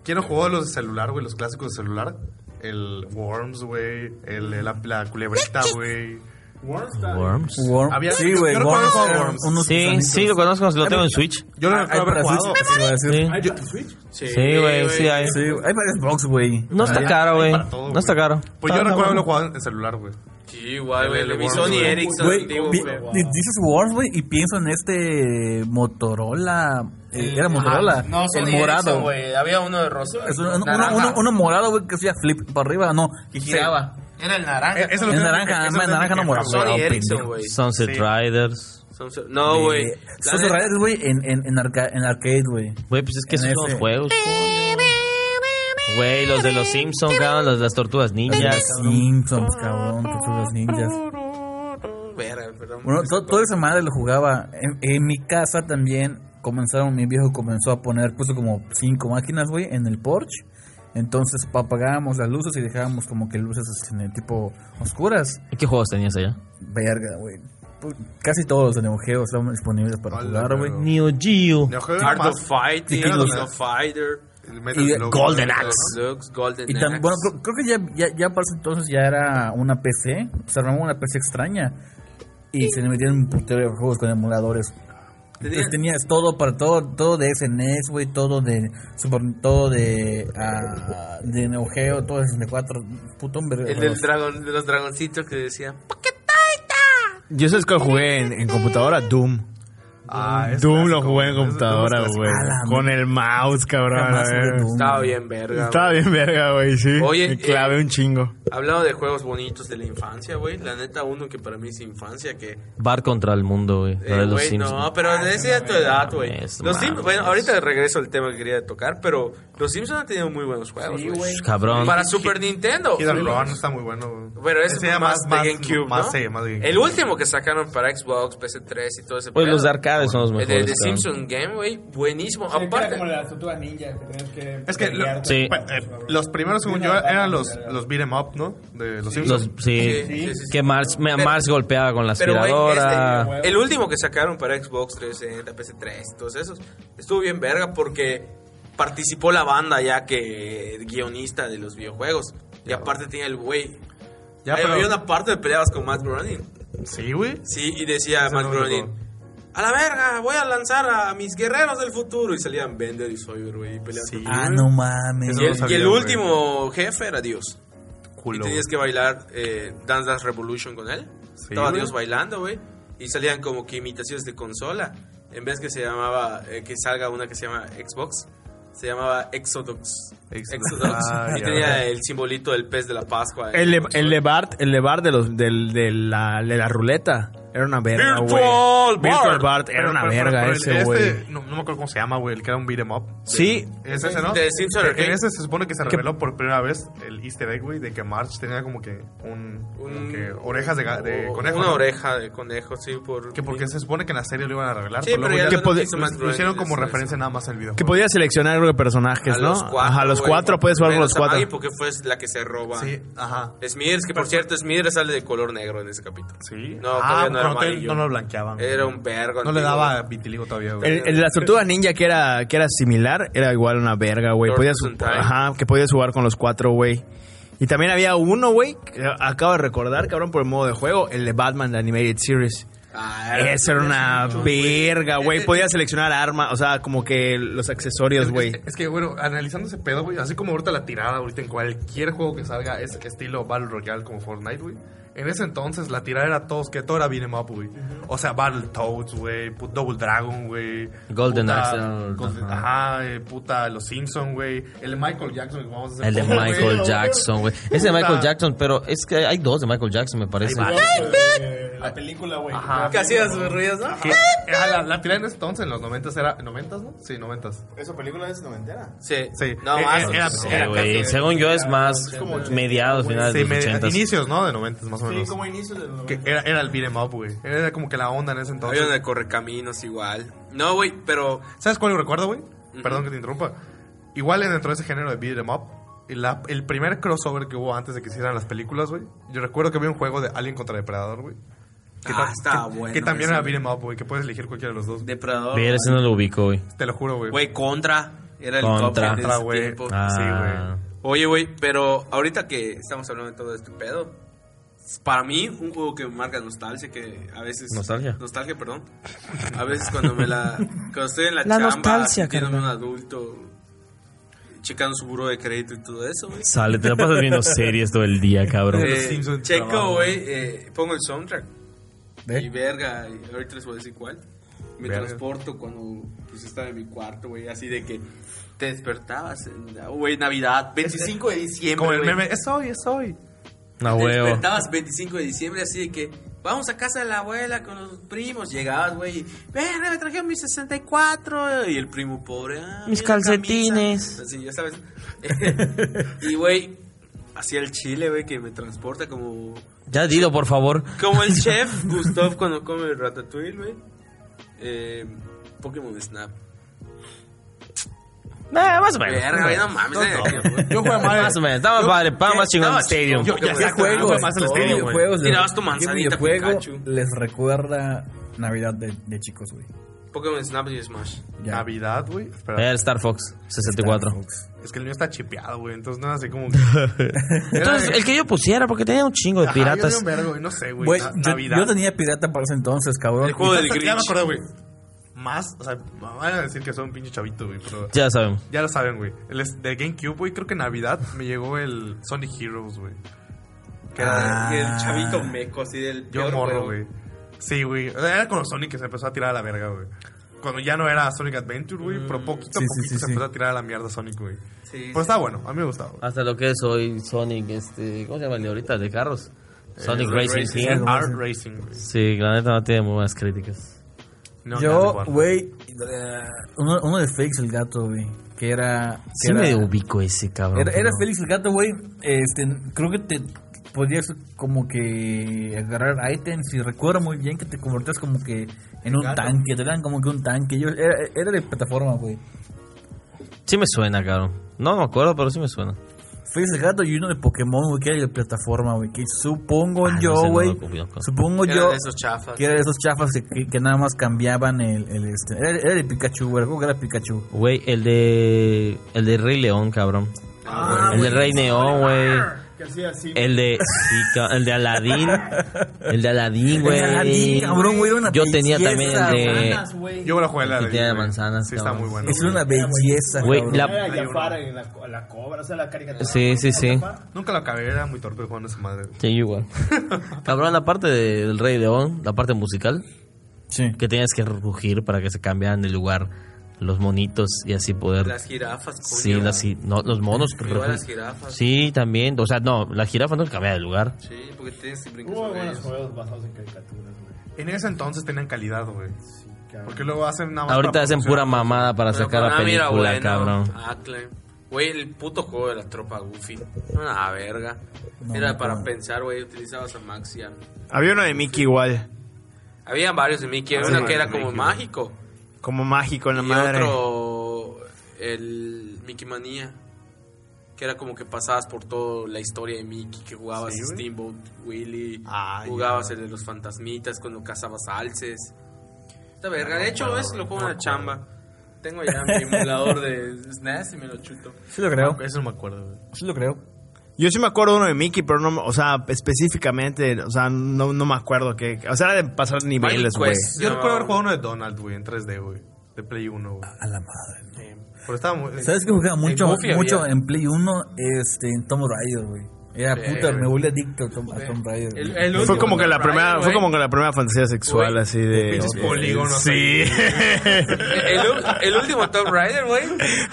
S5: Quiero juegos de los de celular, güey, los clásicos de celular. El Worms, güey, el, el- la, la culebrita, güey.
S2: Worms.
S3: Worm.
S5: Había-
S3: sí, güey,
S5: yo recuerdo
S3: Worms.
S5: juegos
S3: eran
S5: Worms.
S3: unos
S2: Sí,
S3: gusanitos.
S2: sí, lo conozco, lo tengo en Switch.
S5: Yo no
S3: Hay
S5: recuerdo haber
S3: para Switch,
S5: jugado.
S3: te iba a decir.
S2: Sí, Sí, güey, sí, hay.
S3: Sí, hay para Xbox, güey.
S2: No está caro, güey.
S5: para todo,
S2: No está
S5: güey.
S2: caro.
S5: Pues yo recuerdo
S2: Está- está
S5: haberlo
S2: bueno.
S5: jugado en celular, güey.
S4: Sí, igual, güey.
S5: El
S4: Le
S5: de
S4: mi
S5: Worms,
S4: Sony
S5: güey.
S4: Ericsson
S3: Güey,
S4: antiguo,
S3: vi-
S4: güey.
S3: di- dices Wars, güey, y pienso en este Motorola. eh, era Motorola. el morado.
S4: Había uno de rosa.
S3: Es un- uno, uno- uno- uno morado, güey, que hacía flip para arriba, no, y giraba.
S4: Era el naranja.
S5: Eh, eso lo
S3: En
S5: tengo-
S3: naranja,
S5: eso
S3: en
S5: tengo
S3: naranja
S5: que-
S3: no morado.
S4: Sony
S3: güey, oh,
S4: Ericsson,
S3: pendejo.
S4: güey.
S2: Sunset
S5: Sí.
S2: Riders.
S4: Son- No, güey. La
S3: Sunset
S4: neta-
S3: Riders, güey, en, en, en, arca- en arcade, güey.
S2: Güey, pues es que
S3: En
S2: esos son
S3: ese.
S2: los juegos. coño. Güey, los de los Simpsons, cabrón, los de las tortugas ninjas.
S3: Simpsons, cabrón, tortugas ninjas.
S4: Verga, perdón.
S3: Bueno, to- toda esa madre lo jugaba. En, en mi casa también comenzaron, mi viejo comenzó a poner, puso como cinco máquinas, güey, en el porch. Entonces pa- apagábamos las luces y dejábamos como que luces este, en el tipo oscuras.
S2: ¿Y ¿Qué juegos tenías allá?
S3: Verga, güey. Pu- Casi todos de Neo Geo estaban disponibles para
S5: Hola,
S3: jugar, güey.
S5: pero-
S2: Neo Geo.
S5: Neo Geo era
S4: Art
S5: más-
S4: of Fighting,
S5: Era
S4: King
S5: donde-
S4: of Fighter,
S5: el Metal
S3: y-
S5: Slug,
S2: Golden
S5: ¿no?
S2: Axe.
S4: Lux, Golden
S3: Y tan,
S4: Axe.
S3: bueno, creo, creo que ya, ya, ya para ese entonces ya era una PC. Se armaba una PC extraña. Y se le metían un putero de juegos con emuladores.
S4: Tenía-
S3: Entonces tenías todo para todo, todo de SNES, güey, todo de Super, todo de, ah, de Neo Geo, todo de 64, puto hombre.
S4: el del dragón, de los dragoncitos que decía. pues,
S6: Yo sé que jugué en, en computadora Doom.
S5: Ah, es
S6: Doom lo
S5: clásico,
S6: jugué
S5: güey. Ese
S6: en
S5: Doom es
S6: computadora,
S5: clásico.
S6: güey. Con el mouse, cabrón.
S4: Ah,
S6: a
S4: eh,
S6: ver.
S4: Estaba bien, verga.
S6: Estaba
S4: güey.
S6: bien verga, güey, sí.
S4: Oye,
S6: Me clavé
S4: eh,
S6: un chingo.
S4: Hablando de juegos bonitos de la infancia, güey. La neta, uno que para mí es infancia, que.
S2: Bar contra el mundo, güey. La
S4: eh,
S2: de los
S4: güey,
S2: Sims.
S4: no, pero de esa tu edad, güey.
S2: mames,
S4: Los Sims,
S2: mames.
S4: bueno, ahorita regreso al tema que quería tocar, pero los Simpsons han tenido muy buenos juegos, güey.
S2: Cabrón.
S4: para Super Nintendo.
S5: Kid and Run está muy bueno.
S4: Pero ese
S5: era
S4: es más, de GameCube,
S5: Más,
S4: ¿no?
S5: sí, más de GameCube.
S4: El último que sacaron para Xbox, PS3 y todo ese
S2: Pues
S4: pedo.
S2: los de arcade son los
S4: El de,
S2: mejores.
S4: de
S2: cabrón.
S4: Simpson Game, güey, buenísimo.
S7: Era
S4: Aparte,
S7: como la tortuga ninja que tenías que.
S5: Es que lo-
S7: pelearte.
S2: Sí.
S5: pa- eh, los primeros, según yo, eran los, los beat 'em up, ¿no? De los Simpsons.
S2: Los- sí.
S4: Sí, sí, sí, sí.
S2: Que Mars, me-
S4: Pero-
S2: Mars golpeaba con la
S4: pero güey,
S2: aspiradora.
S4: este, el último que sacaron para Xbox 360, PS3, y todos esos, estuvo bien verga porque participó la banda ya que guionista de los videojuegos. Y aparte tenía el güey.
S5: Ya,
S4: Ahí
S5: pero-
S4: Había una parte donde peleabas con Matt Groening.
S5: Sí, güey.
S4: Sí, y decía
S5: Ese
S4: Matt
S5: no me
S4: Groening.
S5: tocó.
S4: A la verga, voy a lanzar a mis guerreros del futuro. Y salían Bender y Sawyer, güey, y peleaban.
S5: Sí.
S3: Ah, no mames.
S5: Eso
S4: Y
S5: no
S4: el,
S5: sabía,
S4: y el
S5: güey.
S4: último jefe era Dios.
S5: Culo.
S4: Y tenías que bailar eh, Dance Dance Revolution con él.
S5: Sí,
S4: Estaba
S5: güey.
S4: Dios bailando, güey. Y salían como que imitaciones de consola. En vez que se llamaba, eh, que salga una que se llama Xbox, se llamaba Exodox.
S5: Exodox.
S4: Exodox.
S5: Ah,
S4: y
S5: ya.
S4: tenía el simbolito del pez de la Pascua. Eh, oh, en
S6: El de,
S4: la
S6: el
S4: consola.
S6: de Bart, el de Bart de, los, del- de, la, de la ruleta. Era una verga, güey.
S4: Virtual Bart.
S6: Virtual Bart. Era
S5: Pero-
S6: una
S5: pero- pero-
S6: verga
S5: pero
S6: ese,
S5: este,
S6: güey.
S5: no, no me acuerdo cómo se llama, güey, el que era un beat 'em up.
S6: Sí.
S5: Es ese, ¿no?
S4: De Simpson
S5: En-
S4: Arcade.
S5: En ese se supone que se reveló por primera vez el easter egg, güey, de que March tenía como que un... como que orejas de, ga- de
S4: o-
S5: conejo.
S4: Una
S5: ¿no?
S4: oreja de conejo, sí. Por,
S5: Que porque se supone que en la serie lo iban a revelar.
S4: Sí, pero
S5: luego
S4: ya
S5: ya
S4: lo
S5: lo-
S4: hizo Matt
S5: lo hicieron
S4: Groening,
S5: como
S4: eso,
S5: referencia
S4: eso.
S5: nada más al video.
S6: Que podías seleccionar algo de personajes,
S4: A
S6: ¿no?
S4: los cuatro.
S6: Ajá, a los
S4: güey,
S6: cuatro puedes jugar con los
S4: menos a Maggie,
S6: cuatro.
S4: porque fue la que se roba.
S5: Sí, ajá.
S4: Smithers, que por cierto, Smithers sale de color negro en ese capítulo.
S5: Sí.
S4: No,
S5: ah,
S4: todavía no era
S5: pero te-
S4: amarillo.
S5: no lo blanqueaban.
S4: Era un vergo.
S5: No
S4: antiguo.
S5: le daba vitiligo todavía, güey.
S6: El, el de las tortugas ninja que era, que era similar, era igual una verga, güey. Podías,
S4: Turtles in Time.
S6: ajá, que podías jugar con los cuatro, güey. Y también había uno, güey, que acabo de recordar, cabrón, por el modo de juego, el de Batman, la Animated Series.
S4: Ah, era-
S6: Esa era una verga, güey.
S4: Eh,
S6: Podías seleccionar arma, o sea, como que los accesorios, güey.
S5: Es, es que, bueno, analizando ese pedo, güey, así como ahorita la tirada, ahorita en cualquier juego que salga es estilo Battle Royale como Fortnite, güey. En ese entonces la tirada era todos, que todo era beat 'em up, güey. O sea, Battletoads, güey, put- Double Dragon, güey.
S2: Golden
S5: puta-
S2: Axe,
S5: Golden-
S2: ajá.
S5: ajá, eh, puta, Los Simpson, güey. El de Michael Jackson, que vamos a hacer.
S2: El de
S5: poco, güey.
S2: Michael Jackson, güey. Ese de Michael
S5: Puta.
S2: Jackson, pero es que hay dos de Michael Jackson, me parece.
S7: La película, güey.
S5: Ajá.
S4: Que hacía sus ruidos, ¿no?
S5: Sí, ajá, Ah, la, la tirada en ese entonces, en los 90 era. ¿90, no? Sí, 90.
S8: Esa película es noventera.
S4: Sí.
S5: Sí.
S4: No,
S5: Eh,
S4: más.
S5: eh, era-
S2: Sí,
S5: era
S2: güey.
S5: casi-
S2: Según yo es más mediados, finales
S5: Pues, Sí,
S2: de los
S5: me-
S2: ochentas.
S5: inicios, ¿no? De 90 más o menos.
S8: Sí, como inicio de los
S5: Que era, era el beat 'em up, güey. Era como que la onda en ese
S4: Había
S5: entonces.
S4: una de correcaminos igual. No, güey, pero.
S5: ¿Sabes cuál recuerdo, güey? Perdón que te interrumpa. Igual dentro de ese género de beat 'em up, la- el primer crossover que hubo antes de que hicieran las películas, güey. Yo recuerdo que había un juego de Alien contra Depredador, güey. Que,
S4: Ah,
S5: ta-
S4: estaba
S5: que-
S4: bueno
S5: que también
S4: ese.
S5: era beat 'em up, güey. Que puedes elegir cualquiera de los dos.
S4: Depredador.
S2: Ver, ese no lo ubico, güey.
S5: Te lo juro, güey.
S4: Güey, contra. Era el
S2: Contra.
S4: top de ese
S5: Contra, güey.
S4: tiempo.
S2: Ah.
S5: Sí, güey.
S4: Oye, güey, pero ahorita que estamos hablando de todo este pedo, para mí, un juego que marca nostalgia, que a veces.
S2: Nostalgia.
S4: Nostalgia, perdón. A veces cuando me la. Cuando estoy en la, chamba, sintiéndome un adulto, checando su buro de crédito y todo eso, güey.
S2: Sale, te la pasas viendo series todo el día, cabrón.
S4: Eh,
S5: Los Simpsons
S4: checo,
S5: trabajan.
S4: güey, eh, pongo el soundtrack.
S3: ¿Ve?
S4: Y verga, y ahorita les voy a decir cuál. Me
S5: ¿Eh? Verga.
S4: transporto cuando pues, estaba en mi cuarto, güey, así de que te despertabas, en- güey, Navidad, 25 de diciembre.
S5: Este, Como el
S4: güey.
S5: meme, es hoy, es hoy.
S2: No,
S4: Te
S2: huevo.
S4: despertabas 25 de diciembre, así de que vamos a casa de la abuela con los primos. Llegabas, güey, y, verga, me trajeron mis 64. Y el primo pobre, "Ah,
S2: Mis
S4: mira la
S2: calcetines.
S4: camisa". Así, ya sabes. y, güey, hacia el chile, güey, que me transporta como
S2: Ya dilo, por favor.
S4: como el chef Gustav cuando come ratatouille, güey. Eh, Pokémon Snap.
S2: Nah, más o menos.
S4: Verga, güey, no mames. eh.
S5: Yo juego Mario.
S2: Más o menos. Estaba padre. Estaba más chingón el Stadium.
S5: Yo, ya
S3: ¿Qué
S5: sé,
S3: juegos?
S5: juego más el
S3: ¿Qué
S5: Stadium, güey.
S3: videojuegos de-
S4: Tirabas tu
S3: qué
S4: manzanita,
S3: videojuego
S4: Pikachu.
S3: les recuerda Navidad de, de chicos, güey?
S4: Pokémon Snap y Smash.
S3: Ya.
S5: Navidad, güey.
S2: Era
S5: Espera.
S2: el Star Fox 64.
S5: Es que el mío está chipeado, güey. Entonces, nada, así como. que-
S2: Entonces,
S5: Era-
S2: el que yo pusiera, porque tenía un chingo de
S5: Ajá, yo tenía
S2: piratas.
S5: un vergo, güey, no sé, güey.
S3: Güey,
S5: Na-
S3: yo,
S5: Navidad.
S3: yo tenía pirata para ese entonces, cabrón.
S4: El juego del
S5: Ya me
S4: Grinch.
S5: acordé, güey. Más, o sea, me van a decir que soy un pinche chavito, güey, pero.
S2: Ya sabemos.
S5: Ya lo saben, güey. El es- de GameCube, güey, creo que en Navidad me llegó el Sonic Heroes, güey.
S4: Que era
S3: Ah.
S4: el chavito meco, así del.
S5: Yo
S4: peor
S5: morro,
S4: juego.
S5: güey. Sí, güey. Era con los Sonic que se empezó a tirar a la verga, güey. Cuando ya no era Sonic Adventure, güey, pero poquito a
S3: Mm, Sí, sí,
S5: poquito
S3: sí,
S5: se
S3: sí.
S5: empezó a tirar a la mierda Sonic, güey.
S4: Sí,
S2: Pues,
S5: Pero está bueno, a mí me gustaba. güey.
S2: Hasta lo que es hoy Sonic, este, ¿cómo se llama el de ahorita? De carros. Sonic
S5: Eh,
S2: Racing. Team.
S5: Art Racing, güey.
S2: Sí, la neta no tiene muy buenas críticas.
S5: No, nada
S3: Yo,
S5: igual.
S3: güey, eh, uno, uno de Félix el Gato, güey, que era... que
S2: Sí
S3: era-
S2: me ubico ese cabrón.
S3: Era, era
S2: pero-
S3: Félix el gato, güey. Este, creo que te podías como que agarrar ítems y recuerdo muy bien que te convertías como que en un tanque, te dan como que un tanque. Yo, era, era de plataforma, güey.
S2: Sí me suena, cabrón. No me acuerdo, pero sí me suena.
S3: Félix el gato y uno de Pokémon, güey, que era de plataforma, güey. Que supongo
S2: Ah, no,
S3: yo,
S2: ese no
S3: güey.
S2: lo conozco.
S3: supongo
S4: Era
S3: yo
S4: de esos chafas.
S3: que era de esos chafas que, que- que nada más cambiaban el, el este. Era, era de Pikachu, güey. Creo que era Pikachu.
S2: Güey, el de. El de Rey León, cabrón.
S3: Ah,
S2: el de Rey Neón, güey.
S7: Que hacía así.
S2: El de. sí, ca- el de Aladín. El de Aladín, güey.
S3: Era Aladín, cabrón, güey, era una
S2: Yo tenía
S3: belleza,
S2: también el de.
S7: Manzanas, güey.
S5: Yo me la jugué la
S2: El que
S5: de-
S2: tiene
S5: güey.
S2: manzanas,
S5: Sí, está
S2: cabrón.
S5: muy
S4: Ah,
S5: bueno.
S3: Es una belleza,
S2: Güey,
S3: cabrón.
S2: la-
S7: Era Jafar en la, la cobra, o sea, la caricatura.
S2: Sí, sí, sí.
S5: Nunca lo acabé, era muy torpe jugando esa madre.
S2: Sí, igual. Cabrón, la parte de- del Rey León, la parte musical,
S3: Sí.
S2: que tenías que rugir para que se cambiaran de lugar los monitos y así poder.
S4: Las jirafas, coño.
S2: sí, las, sí, no, los monos.
S4: Igual
S2: pero-
S4: las jirafas.
S2: Sí, también. O sea, no, la jirafa no cambia de lugar.
S4: Sí, porque tienes que brincar
S7: Hubo
S4: sobre
S7: buenos
S4: ellos.
S7: juegos basados en caricaturas, güey.
S5: En ese entonces tenían calidad, güey.
S7: cabrón.
S5: Porque luego hacen nada más.
S2: Ahorita
S5: para
S2: hacen pura
S5: promocionar.
S2: mamada para
S4: Pero
S2: sacar
S4: para
S2: la
S4: nada, Ah, mira,
S2: película,
S4: bueno.
S2: cabrón.
S4: Ah, claro. Güey, el puto juego de la tropa Goofy. Una verga.
S3: No,
S4: Era
S3: no,
S4: para
S3: no.
S4: pensar, güey, utilizabas a Maxia.
S6: Había uno de Mickey igual,
S4: Había varios de Mickey. Había
S5: Ah,
S4: una
S5: sí,
S4: que era
S5: de
S4: como
S5: Mickey,
S4: mágico.
S6: como mágico en la
S4: y
S6: madre.
S4: otro, el Mickey Manía. Que era como que pasabas por toda la historia de Mickey, que jugabas
S5: Sí, güey.
S4: Steamboat Willy,
S5: Ah,
S4: jugabas el de los fantasmitas cuando cazabas alces. Esta verga,
S5: Ah,
S4: de hecho, es lo pongo en la chamba. Tengo ya mi emulador de SNES y me lo chuto.
S3: Sí lo creo.
S5: Eso no me acuerdo, güey.
S3: Sí lo creo.
S6: Yo sí me acuerdo uno de Mickey, pero no, me- o sea, específicamente, o sea, no, no me acuerdo que, o sea, era de pasar niveles, güey.
S4: Quest.
S5: Yo
S4: No.
S5: recuerdo haber jugado uno de Donald, güey, en 3D, güey. De Play 1, güey.
S3: A la madre.
S5: Pero estaba muy. eh,
S3: ¿Sabes que jugaba mucho,
S4: Buffy
S3: mucho
S4: había.
S3: en Play 1? Este, en Tomb Raider, güey. Era
S4: Sí,
S3: puta,
S4: güey.
S3: me volví adicto a Tomb, a Tomb Raider. güey.
S4: El- el
S6: Fue como que la
S4: Brian,
S6: primera, fue
S4: güey.
S6: como que la primera fantasía sexual
S4: Güey.
S6: así de.
S5: Pinches
S6: de-
S5: polígonos
S6: Sí.
S4: El, el último Top Rider, güey.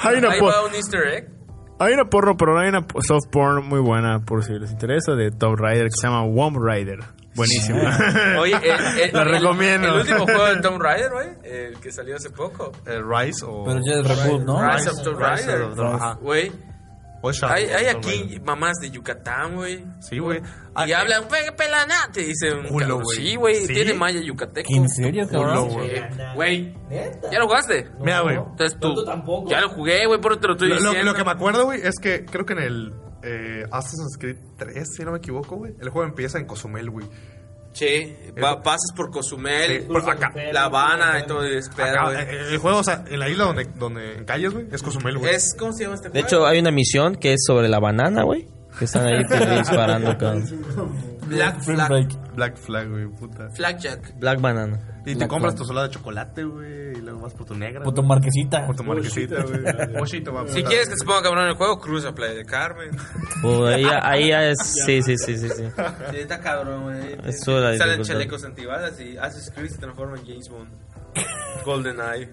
S6: Hay una
S4: Ahí
S6: po-
S4: va un Easter egg.
S6: Hay una porno, pero hay una soft porn muy buena, por si les interesa, de Top Rider que se llama Womb Rider. Buenísimo.
S4: Oye, el, el-
S6: Lo
S4: el-
S6: recomiendo.
S4: El último juego de Tomb Raider, güey, el que salió hace poco.
S5: Eh, Rise o.
S3: Pero ya es reboot, ¿no?
S4: Rise of Tomb
S5: Rise
S4: Rider.
S5: of Tomb- ajá.
S4: Güey,
S5: O Shadow
S4: hay,
S5: of
S4: hay
S5: Tomb
S4: aquí
S5: Raider.
S4: mamás de Yucatán, güey.
S5: Sí, güey. Ah, eh,
S4: Y hablan, "Pe- pelana, te dicen.
S5: Culo,
S4: cabrón.
S5: güey.
S4: Sí, güey,
S5: Sí.
S4: tiene maya yucateco.
S3: ¿Qué, ¿En serio,
S5: Culo,
S3: cabrón?
S5: güey.
S4: Sí. Güey,
S7: ¿Neta?
S4: ¿ya lo jugaste?
S5: Mira, güey.
S4: Entonces tú.
S7: No, tú tampoco.
S4: Ya lo jugué, güey, por eso te lo estoy
S5: Lo, lo-
S4: diciendo.
S5: lo que me acuerdo, güey, es que creo que en el eh, Assassin's Creed 3, si no me equivoco, güey, el juego empieza en Cozumel, güey.
S4: Che, va- pasas por Cozumel,
S5: Sí,
S4: por acá, La Habana y todo el
S5: Acá,
S4: espera, güey.
S5: eh, el juego, o sea, en la isla donde, donde en calles, güey, es Cozumel, güey.
S4: Es, ¿cómo se llama este
S2: De
S4: juego?
S2: hecho, hay una misión que es sobre la banana, güey. Que están ahí que disparando, cabrón.
S4: Black
S3: Spring
S4: Flag.
S3: Break.
S5: Black Flag, güey, puta.
S4: Flagjack.
S2: Black Banana.
S5: Y te
S3: Black
S5: compras
S3: Flag.
S5: tu sola de chocolate, güey, y luego vas por tu negra.
S3: Puto
S5: güey,
S3: marquesita.
S5: Por tu marquesita, güey. Oshito, vamos.
S4: Si quieres que se ponga cabrón en el juego, cruza Playa de Carmen.
S2: O Pues, ahí, ahí ya es. Sí, sí, sí, sí. sí.
S4: Sí, está cabrón, güey.
S2: Es hora de
S4: Salen
S2: dificultad.
S4: chalecos antibalas y haces Creed se transforma en James Bond. GoldenEye.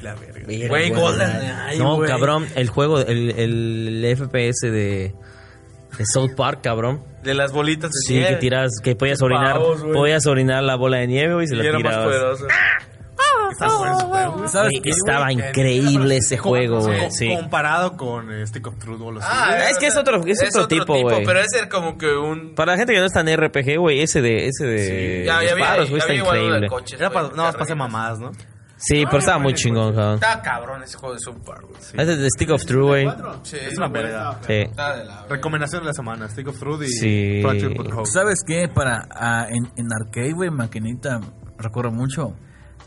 S5: La verga.
S4: Güey, GoldenEye.
S2: No,
S4: güey.
S2: cabrón. El juego, el, el, FPS de, de South Park, cabrón.
S4: De las bolitas de
S2: Sí, que
S4: nieve.
S2: tiras, que podías orinar,
S4: Pavos, güey.
S2: podías orinar la bola de nieve, güey, y se
S4: Y
S2: la
S4: era más
S2: tirabas.
S4: poderoso.
S3: ¿Sabes
S2: Güey,
S3: qué,
S2: Estaba
S3: güey?
S2: increíble ese juego, güey.
S5: Com-
S2: Sí.
S5: Comparado con eh, Stick of Truth o los.
S4: Ah,
S2: Es que es otro- es otro tipo, güey.
S4: Pero ese era como que un...
S2: Para la gente que no está en RPG, güey, ese de, ese de
S4: Ya, ya había-
S2: disparos, güey,
S4: ya
S2: está
S4: había igual uno de
S2: increíble.
S4: coches,
S5: Era
S4: güey,
S5: para, nada más para hacer
S4: carreras.
S5: mamadas, ¿no?
S2: Sí, pero estaba muy chingón, cabrón.
S4: Está cabrón ese juego de South Park, güey.
S2: Ese Es el de Stick of True, güey.
S4: Sí,
S5: Es una verga.
S2: Sí.
S4: Está de la
S5: Recomendación de la semana: Stick of Truth y
S2: Sí.
S5: Fractured But Whole.
S3: ¿Sabes qué? Para ah, en, en arcade, güey, maquinita, recuerdo mucho.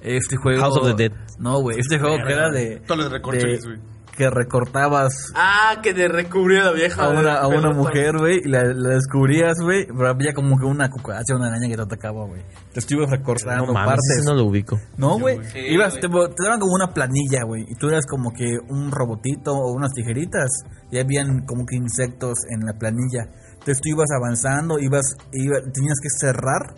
S3: Este juego.
S2: House of the Dead.
S3: No, güey, este juego que era de.
S5: Todos los recortes, güey.
S3: de- que recortabas
S4: Ah, que te recubrió la vieja.
S3: a una, a
S4: güey.
S3: una mujer, güey, y la, la descubrías, güey, pero había como que una cucaracha, una araña que te atacaba, güey. Te estuvieron recortando
S2: No mames,
S3: Ah, partes.
S2: ese no lo ubico.
S3: No, güey.
S4: Sí,
S3: Ibas,
S4: güey.
S3: te, te daban como una planilla, güey. Y tú eras como que un robotito o unas tijeritas. Y habían como que insectos en la planilla. Entonces tú ibas avanzando, ibas, iba- tenías que cerrar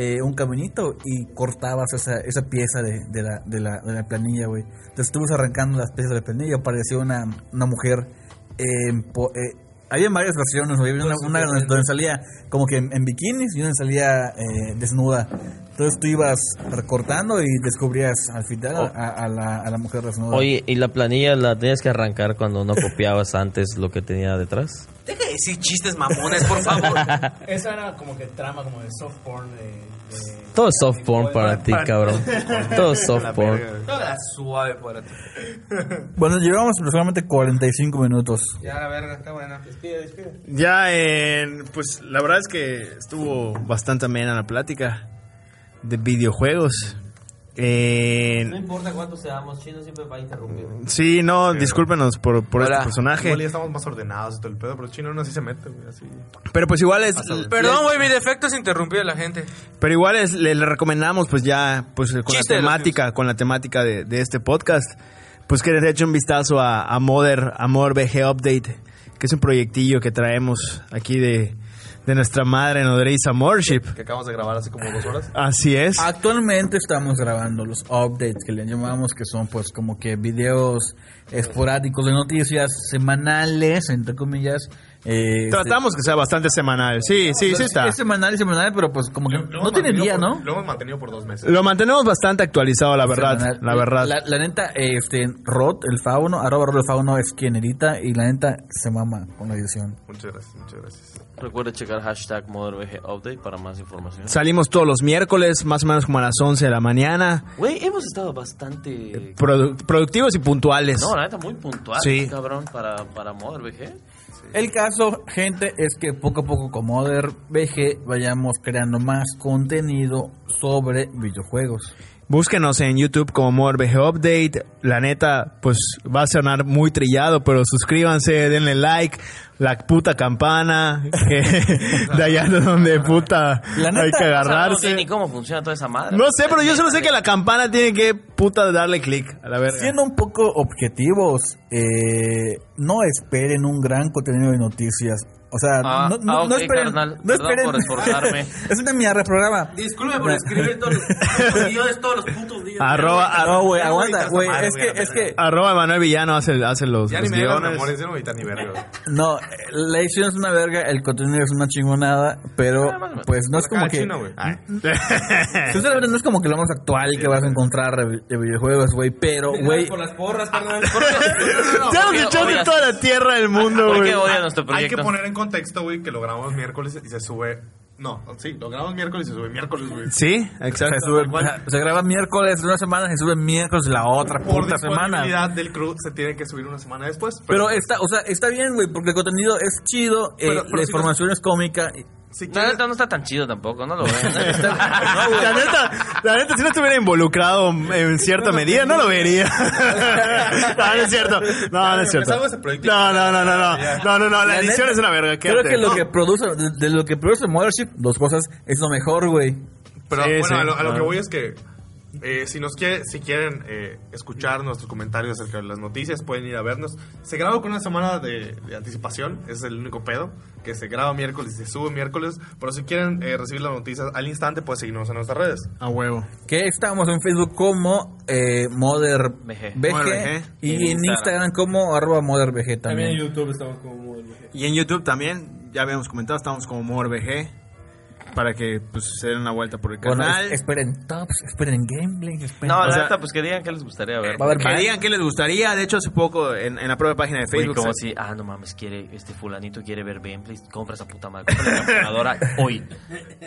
S3: eh, un caminito y cortabas esa, esa pieza de, de la, de la- de la planilla, güey. Entonces tú ibas arrancando las piezas de la planilla. Apareció una, una mujer. eh, en po- eh, había varias versiones, güey. Había una, una donde- donde salía como que en, en bikinis y una donde salía eh, desnuda. Entonces tú ibas recortando y descubrías al final a- a, a la, a la mujer desnuda.
S2: Oye, ¿y la planilla la tenías que arrancar cuando no copiabas antes lo que tenía detrás?
S4: Deja de decir chistes mamones, por favor.
S8: Esa era como que trama como
S5: Pues,
S8: de soft porn de... de-
S2: Todo es soft porn para ti,
S5: para-
S2: cabrón. Todo es soft porn.
S5: Verga.
S4: Toda suave para ti.
S3: Bueno, llevamos aproximadamente 45 minutos.
S4: Ya, la verga, está buena. Despide, despide.
S6: Ya, en, pues la verdad es que estuvo bastante amena la plática de videojuegos. En-
S2: importa cuánto seamos, Chino siempre va a interrumpir.
S6: sí, no, discúlpenos por, por este
S4: Hola.
S6: personaje.
S5: Igual ya estamos más ordenados y todo el pedo, pero el chino no así se mete, güey. Así.
S6: Pero pues igual es...
S4: Perdón, güey, mi defecto es interrumpir a la gente.
S6: Pero igual es, le, le recomendamos, pues ya, pues con
S4: Chiste de
S6: la
S4: los
S6: temática, con la temática de, de este podcast, pues que les eche un vistazo a, a Mother, a Mother BG Update, que es un proyectillo que traemos aquí de, de nuestra madre nodriza Morship.
S5: Que acabamos de grabar hace como dos horas.
S6: Así es.
S4: Ah,
S3: Actualmente estamos grabando los updates que le llamamos, que son pues como que videos esporádicos de noticias semanales, entre comillas. Eh, este,
S6: Tratamos que sea bastante semanal. Sí, sí, sí está.
S3: Es semanal y semanal, pero pues como que no tiene día,
S5: por-
S3: ¿no?
S5: Lo hemos mantenido por dos meses.
S6: Lo mantenemos bastante actualizado, la verdad.
S3: Semanal.
S6: La verdad.
S3: La, la neta, este, Rod, el fauno, arroba Rod el fauno es quien edita y la neta se mama con la edición.
S5: Muchas gracias, muchas gracias.
S2: Recuerda checar hashtag Update para más información.
S6: Salimos todos los miércoles, más o menos como a las 11 de la mañana.
S2: Güey, hemos estado bastante...
S6: Produ- productivos y puntuales.
S2: No, la neta, muy puntual,
S6: Sí.
S2: cabrón, para, para Mother
S10: ¿eh?
S2: VG.
S3: El caso, gente, es que poco a poco con Modern VG vayamos creando más contenido sobre videojuegos.
S6: Búsquenos en YouTube como MorbG Update. La neta, pues va a sonar muy trillado, pero suscríbanse, denle like, la puta campana, que de allá de donde puta
S3: La neta,
S6: hay que
S2: O sea, no sé
S6: agarrarse.
S2: ni cómo funciona toda esa madre.
S6: No sé, pero yo solo sé que la campana tiene que puta darle click a la verga.
S3: Siendo un poco objetivos, eh, no esperen un gran contenido de noticias. O sea,
S2: Ah,
S3: no, no-
S2: ah,
S3: no
S2: ok,
S3: esperen.
S2: carnal.
S3: no
S2: Perdón
S3: esperen.
S2: por esforzarme.
S3: es una mierda el programa.
S4: Disculpe por escribir todos los los guiones todos los putos días.
S6: Arroba, ar-
S3: No, güey, aguanta, güey. Es que, es que,
S6: arroba Manuel Villano hace, hace los,
S5: Ya ni
S6: los
S5: me hagan
S6: guiones.
S5: memorias, ya Pues no voy a editar ni verga.
S3: No, la edición es una verga, el contenido es una chingonada, pero pues no es como
S5: Cada
S3: que...
S5: chino, güey.
S3: Sinceramente no es como que lo más actual que vas a encontrar de de videojuegos, güey, pero, güey...
S4: Por las porras, carnal.
S6: Ya nos
S2: porque
S6: echó de
S2: odias-
S6: toda la tierra del mundo,
S2: ¿Por
S6: güey.
S2: qué odia nuestro
S5: Hay que
S2: proyecto?
S5: poner en contexto, güey, que lo grabamos miércoles y se sube. No, sí, lo grabamos miércoles y se sube miércoles, güey.
S6: Sí, exacto.
S3: Se, sube-
S5: igual.
S3: se graba miércoles de una semana, se sube miércoles de la otra
S5: Por
S3: puta semana.
S5: disponibilidad del crew se tiene que subir una semana después.
S3: Pero está, o sea, está bien, güey, porque el contenido es chido, eh,
S5: Pero- pero
S3: la
S5: si no-
S3: información es cómica.
S5: si
S2: La
S5: quieres,
S2: neta no está tan chido tampoco, no lo vean.
S6: La neta, la neta, si no estuviera involucrado en cierta medida, no lo vería. No, no es cierto. No, no es cierto.
S5: Empezamos ese proyecto.
S6: No, no, no, no, no. No, no, no, la edición
S3: neta,
S6: es una verga.
S3: Creo
S6: quédate.
S3: que lo
S6: No.
S3: que produce, de, de lo que produce Mothership, dos cosas, es lo mejor, güey.
S5: Pero
S6: Sí,
S5: bueno,
S6: sí, Ah.
S5: a, lo, a lo
S6: claro.
S5: que voy es que eh, si nos quiere, si quieren eh, escuchar nuestros comentarios acerca de las noticias, pueden ir a vernos. Se graba con una semana de, de anticipación, ese es el único pedo, que se graba miércoles y se sube miércoles. Pero si quieren eh, recibir las noticias al instante, pueden seguirnos en nuestras redes.
S6: A huevo.
S3: Que estamos en Facebook como eh, Mother
S2: VG.
S3: VG,
S6: Mother VG.
S3: y en Instagram, como arroba Mother
S8: También en
S3: VG también.
S8: YouTube estamos como... Muy
S6: Y en YouTube también, ya habíamos comentado, estamos como MorBG. Para que pues, se den una vuelta por el
S3: Bueno,
S6: canal.
S3: es- esperen tops, esperen gameplay, esperen.
S2: No,
S6: O
S2: la
S6: sea-
S2: neta, pues que digan que les gustaría ver.
S3: Va a haber
S6: que
S3: más.
S6: digan qué les gustaría. De hecho, hace poco en, en la propia página de
S2: Güey,
S6: Facebook.
S2: como
S6: se-
S2: si, ah, no mames, quiere, este fulanito quiere ver gameplay, compra esa puta madre, compra la computadora hoy.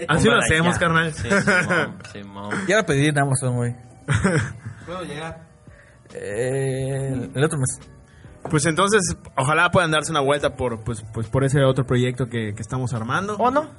S6: Así lo
S2: Cómprala
S6: hacemos,
S2: ya.
S6: carnal.
S2: Sí, Simón, Simón.
S3: Ya la pedí en Amazon, güey.
S11: puedo llegar?
S3: Eh, el otro mes.
S6: Pues entonces, ojalá puedan darse una vuelta por, pues, pues por ese otro proyecto que, que estamos armando.
S12: ¿O no?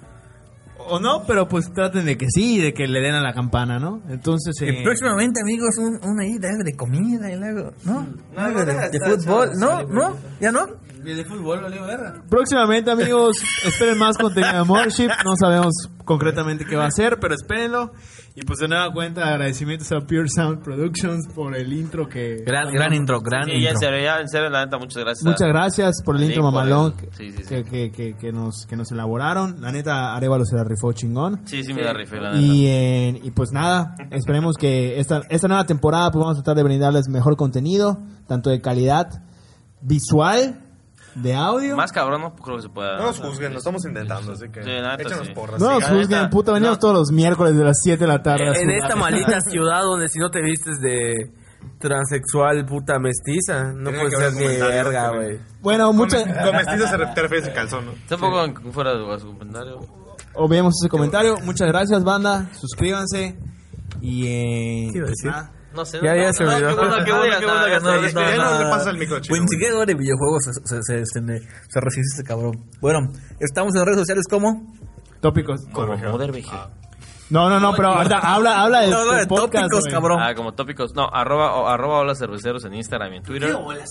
S6: O no, pero pues traten de que sí y de que le den a la campana, ¿no? Entonces, eh,
S3: Y próximamente, amigos, un, una ida de comida y luego, ¿no?
S11: No,
S3: Algo
S11: no,
S3: de,
S11: no,
S3: de
S11: está-
S3: fútbol.
S11: está-
S3: No,
S11: está
S3: no, ya no.
S11: De fútbol, no digo guerra.
S6: próximamente, amigos, esperen más contenido de Morship. No sabemos concretamente qué va a ser, pero espérenlo. Y pues de nueva cuenta, agradecimientos a Pure Sound Productions por el intro que...
S3: Gran, gran intro, gran
S10: Sí, ya en serio, ya en serio, la neta, muchas gracias.
S6: Muchas gracias por el
S10: Sí,
S6: intro
S10: por
S6: mamalón
S10: el- sí, sí, sí.
S6: Que, que, que, que nos, que nos elaboraron. La neta, Arevalo se la rifó chingón.
S10: Sí, sí, me da rifé, la neta.
S6: Y, eh, y pues nada, esperemos que esta, esta nueva temporada pues vamos a tratar de brindarles mejor contenido, tanto de calidad visual, de audio.
S10: Más cabrón, no creo que se pueda.
S5: No nos juzguen, lo estamos intentando, así que
S10: Ah, Sí, la neta,
S5: échenos
S10: sí.
S5: porras.
S6: no
S5: Pues sí.
S6: nos
S10: la
S6: juzguen,
S10: neta,
S6: puta, venimos
S10: no.
S6: todos los miércoles de las 7 de la tarde. a
S3: Eh,
S13: En
S6: sudar.
S13: esta maldita ciudad donde si no te vistes de transexual puta mestiza, no
S5: Tenía
S13: puedes
S5: que haber
S13: ser ni
S5: comentarios
S13: verga,
S5: con
S13: güey.
S6: Bueno,
S5: Con
S6: muchas...
S5: mestiza- con mestiza se re- te refieres a calzón, ¿no?
S10: Tampoco en- fuera de su comentario.
S6: Obviemos ese comentario. Muchas gracias, banda. Suscríbanse. Y... eh,
S3: ¿Qué iba a
S6: pues
S3: decir?
S6: nada.
S10: No sé.
S3: Ya,
S10: no,
S3: ya
S10: no,
S3: se
S10: no,
S3: olvidó.
S10: Qué bueno, qué bueno, qué bueno que
S3: no,
S10: no,
S3: no,
S5: Ya no
S3: no,
S5: le pasa el
S3: no.
S5: microchip,
S3: Pues, Ni
S5: güey.
S3: siquiera ahora de videojuegos se, se, se, este, ne- se resiste este cabrón. Bueno, estamos en redes sociales como.
S6: Tópicos.
S10: Como Mother Vigil.
S6: No, no, no, pero ahorita habla, habla del,
S3: No, no, de
S6: del Ah, este podcast,
S3: tópicos,
S6: güey.
S3: cabrón.
S10: Ah, como tópicos. No, arroba, o- arroba hola cerveceros en Instagram y en Twitter.
S3: Arroba, hola,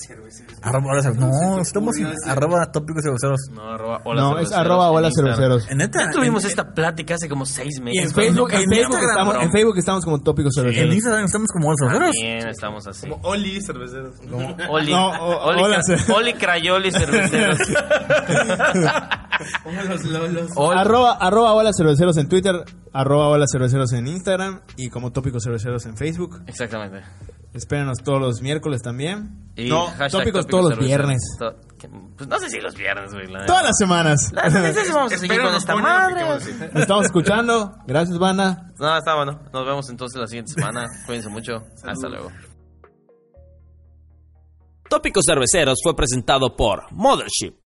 S3: cerve- no, estamos en arroba tópicos y groseros.
S10: No, arroba hola
S6: No, es
S10: cerveceros
S6: arroba
S10: en
S6: hola
S10: Instagram.
S6: cerveceros.
S3: En neta.
S10: Ya tuvimos
S3: en-
S10: esta plática hace como seis
S6: Y en
S10: meses. cuando
S6: Facebook, en
S10: cambiamos,
S6: Facebook, estamos,
S10: cabrón.
S6: en Facebook estamos como tópicos
S3: En
S6: cerveceros.
S3: Instagram estamos como hola, cerveceros.
S10: También estamos así.
S5: Como Oli, cerveceros.
S10: Oli,
S6: No, o-
S10: Oli,
S6: hola,
S10: Cra-
S6: cer-
S10: Oli Crayoli cerveceros.
S6: Hola. Arroba, arroba hola cerveceros en Twitter, arroba hola cerveceros en Instagram y como tópicos cerveceros en Facebook.
S10: Exactamente.
S6: Espérenos todos los miércoles también.
S10: Y
S6: no,
S10: hashtag
S6: tópicos, todos los
S10: cerveceros.
S6: viernes.
S10: To- que- Pues no sé si los viernes, güey. la
S6: Todas las semanas.
S10: neta. La neta, sí vamos a seguir
S5: Espero
S10: con
S5: nos
S10: esta
S5: pongan lo que
S10: madre.
S5: queremos decir.
S6: Nos estamos escuchando. Gracias, Vana.
S10: No, está bueno. Nos vemos entonces la siguiente semana. Cuídense mucho. Hasta luego.
S1: Tópicos Cerveceros fue presentado por Mothership.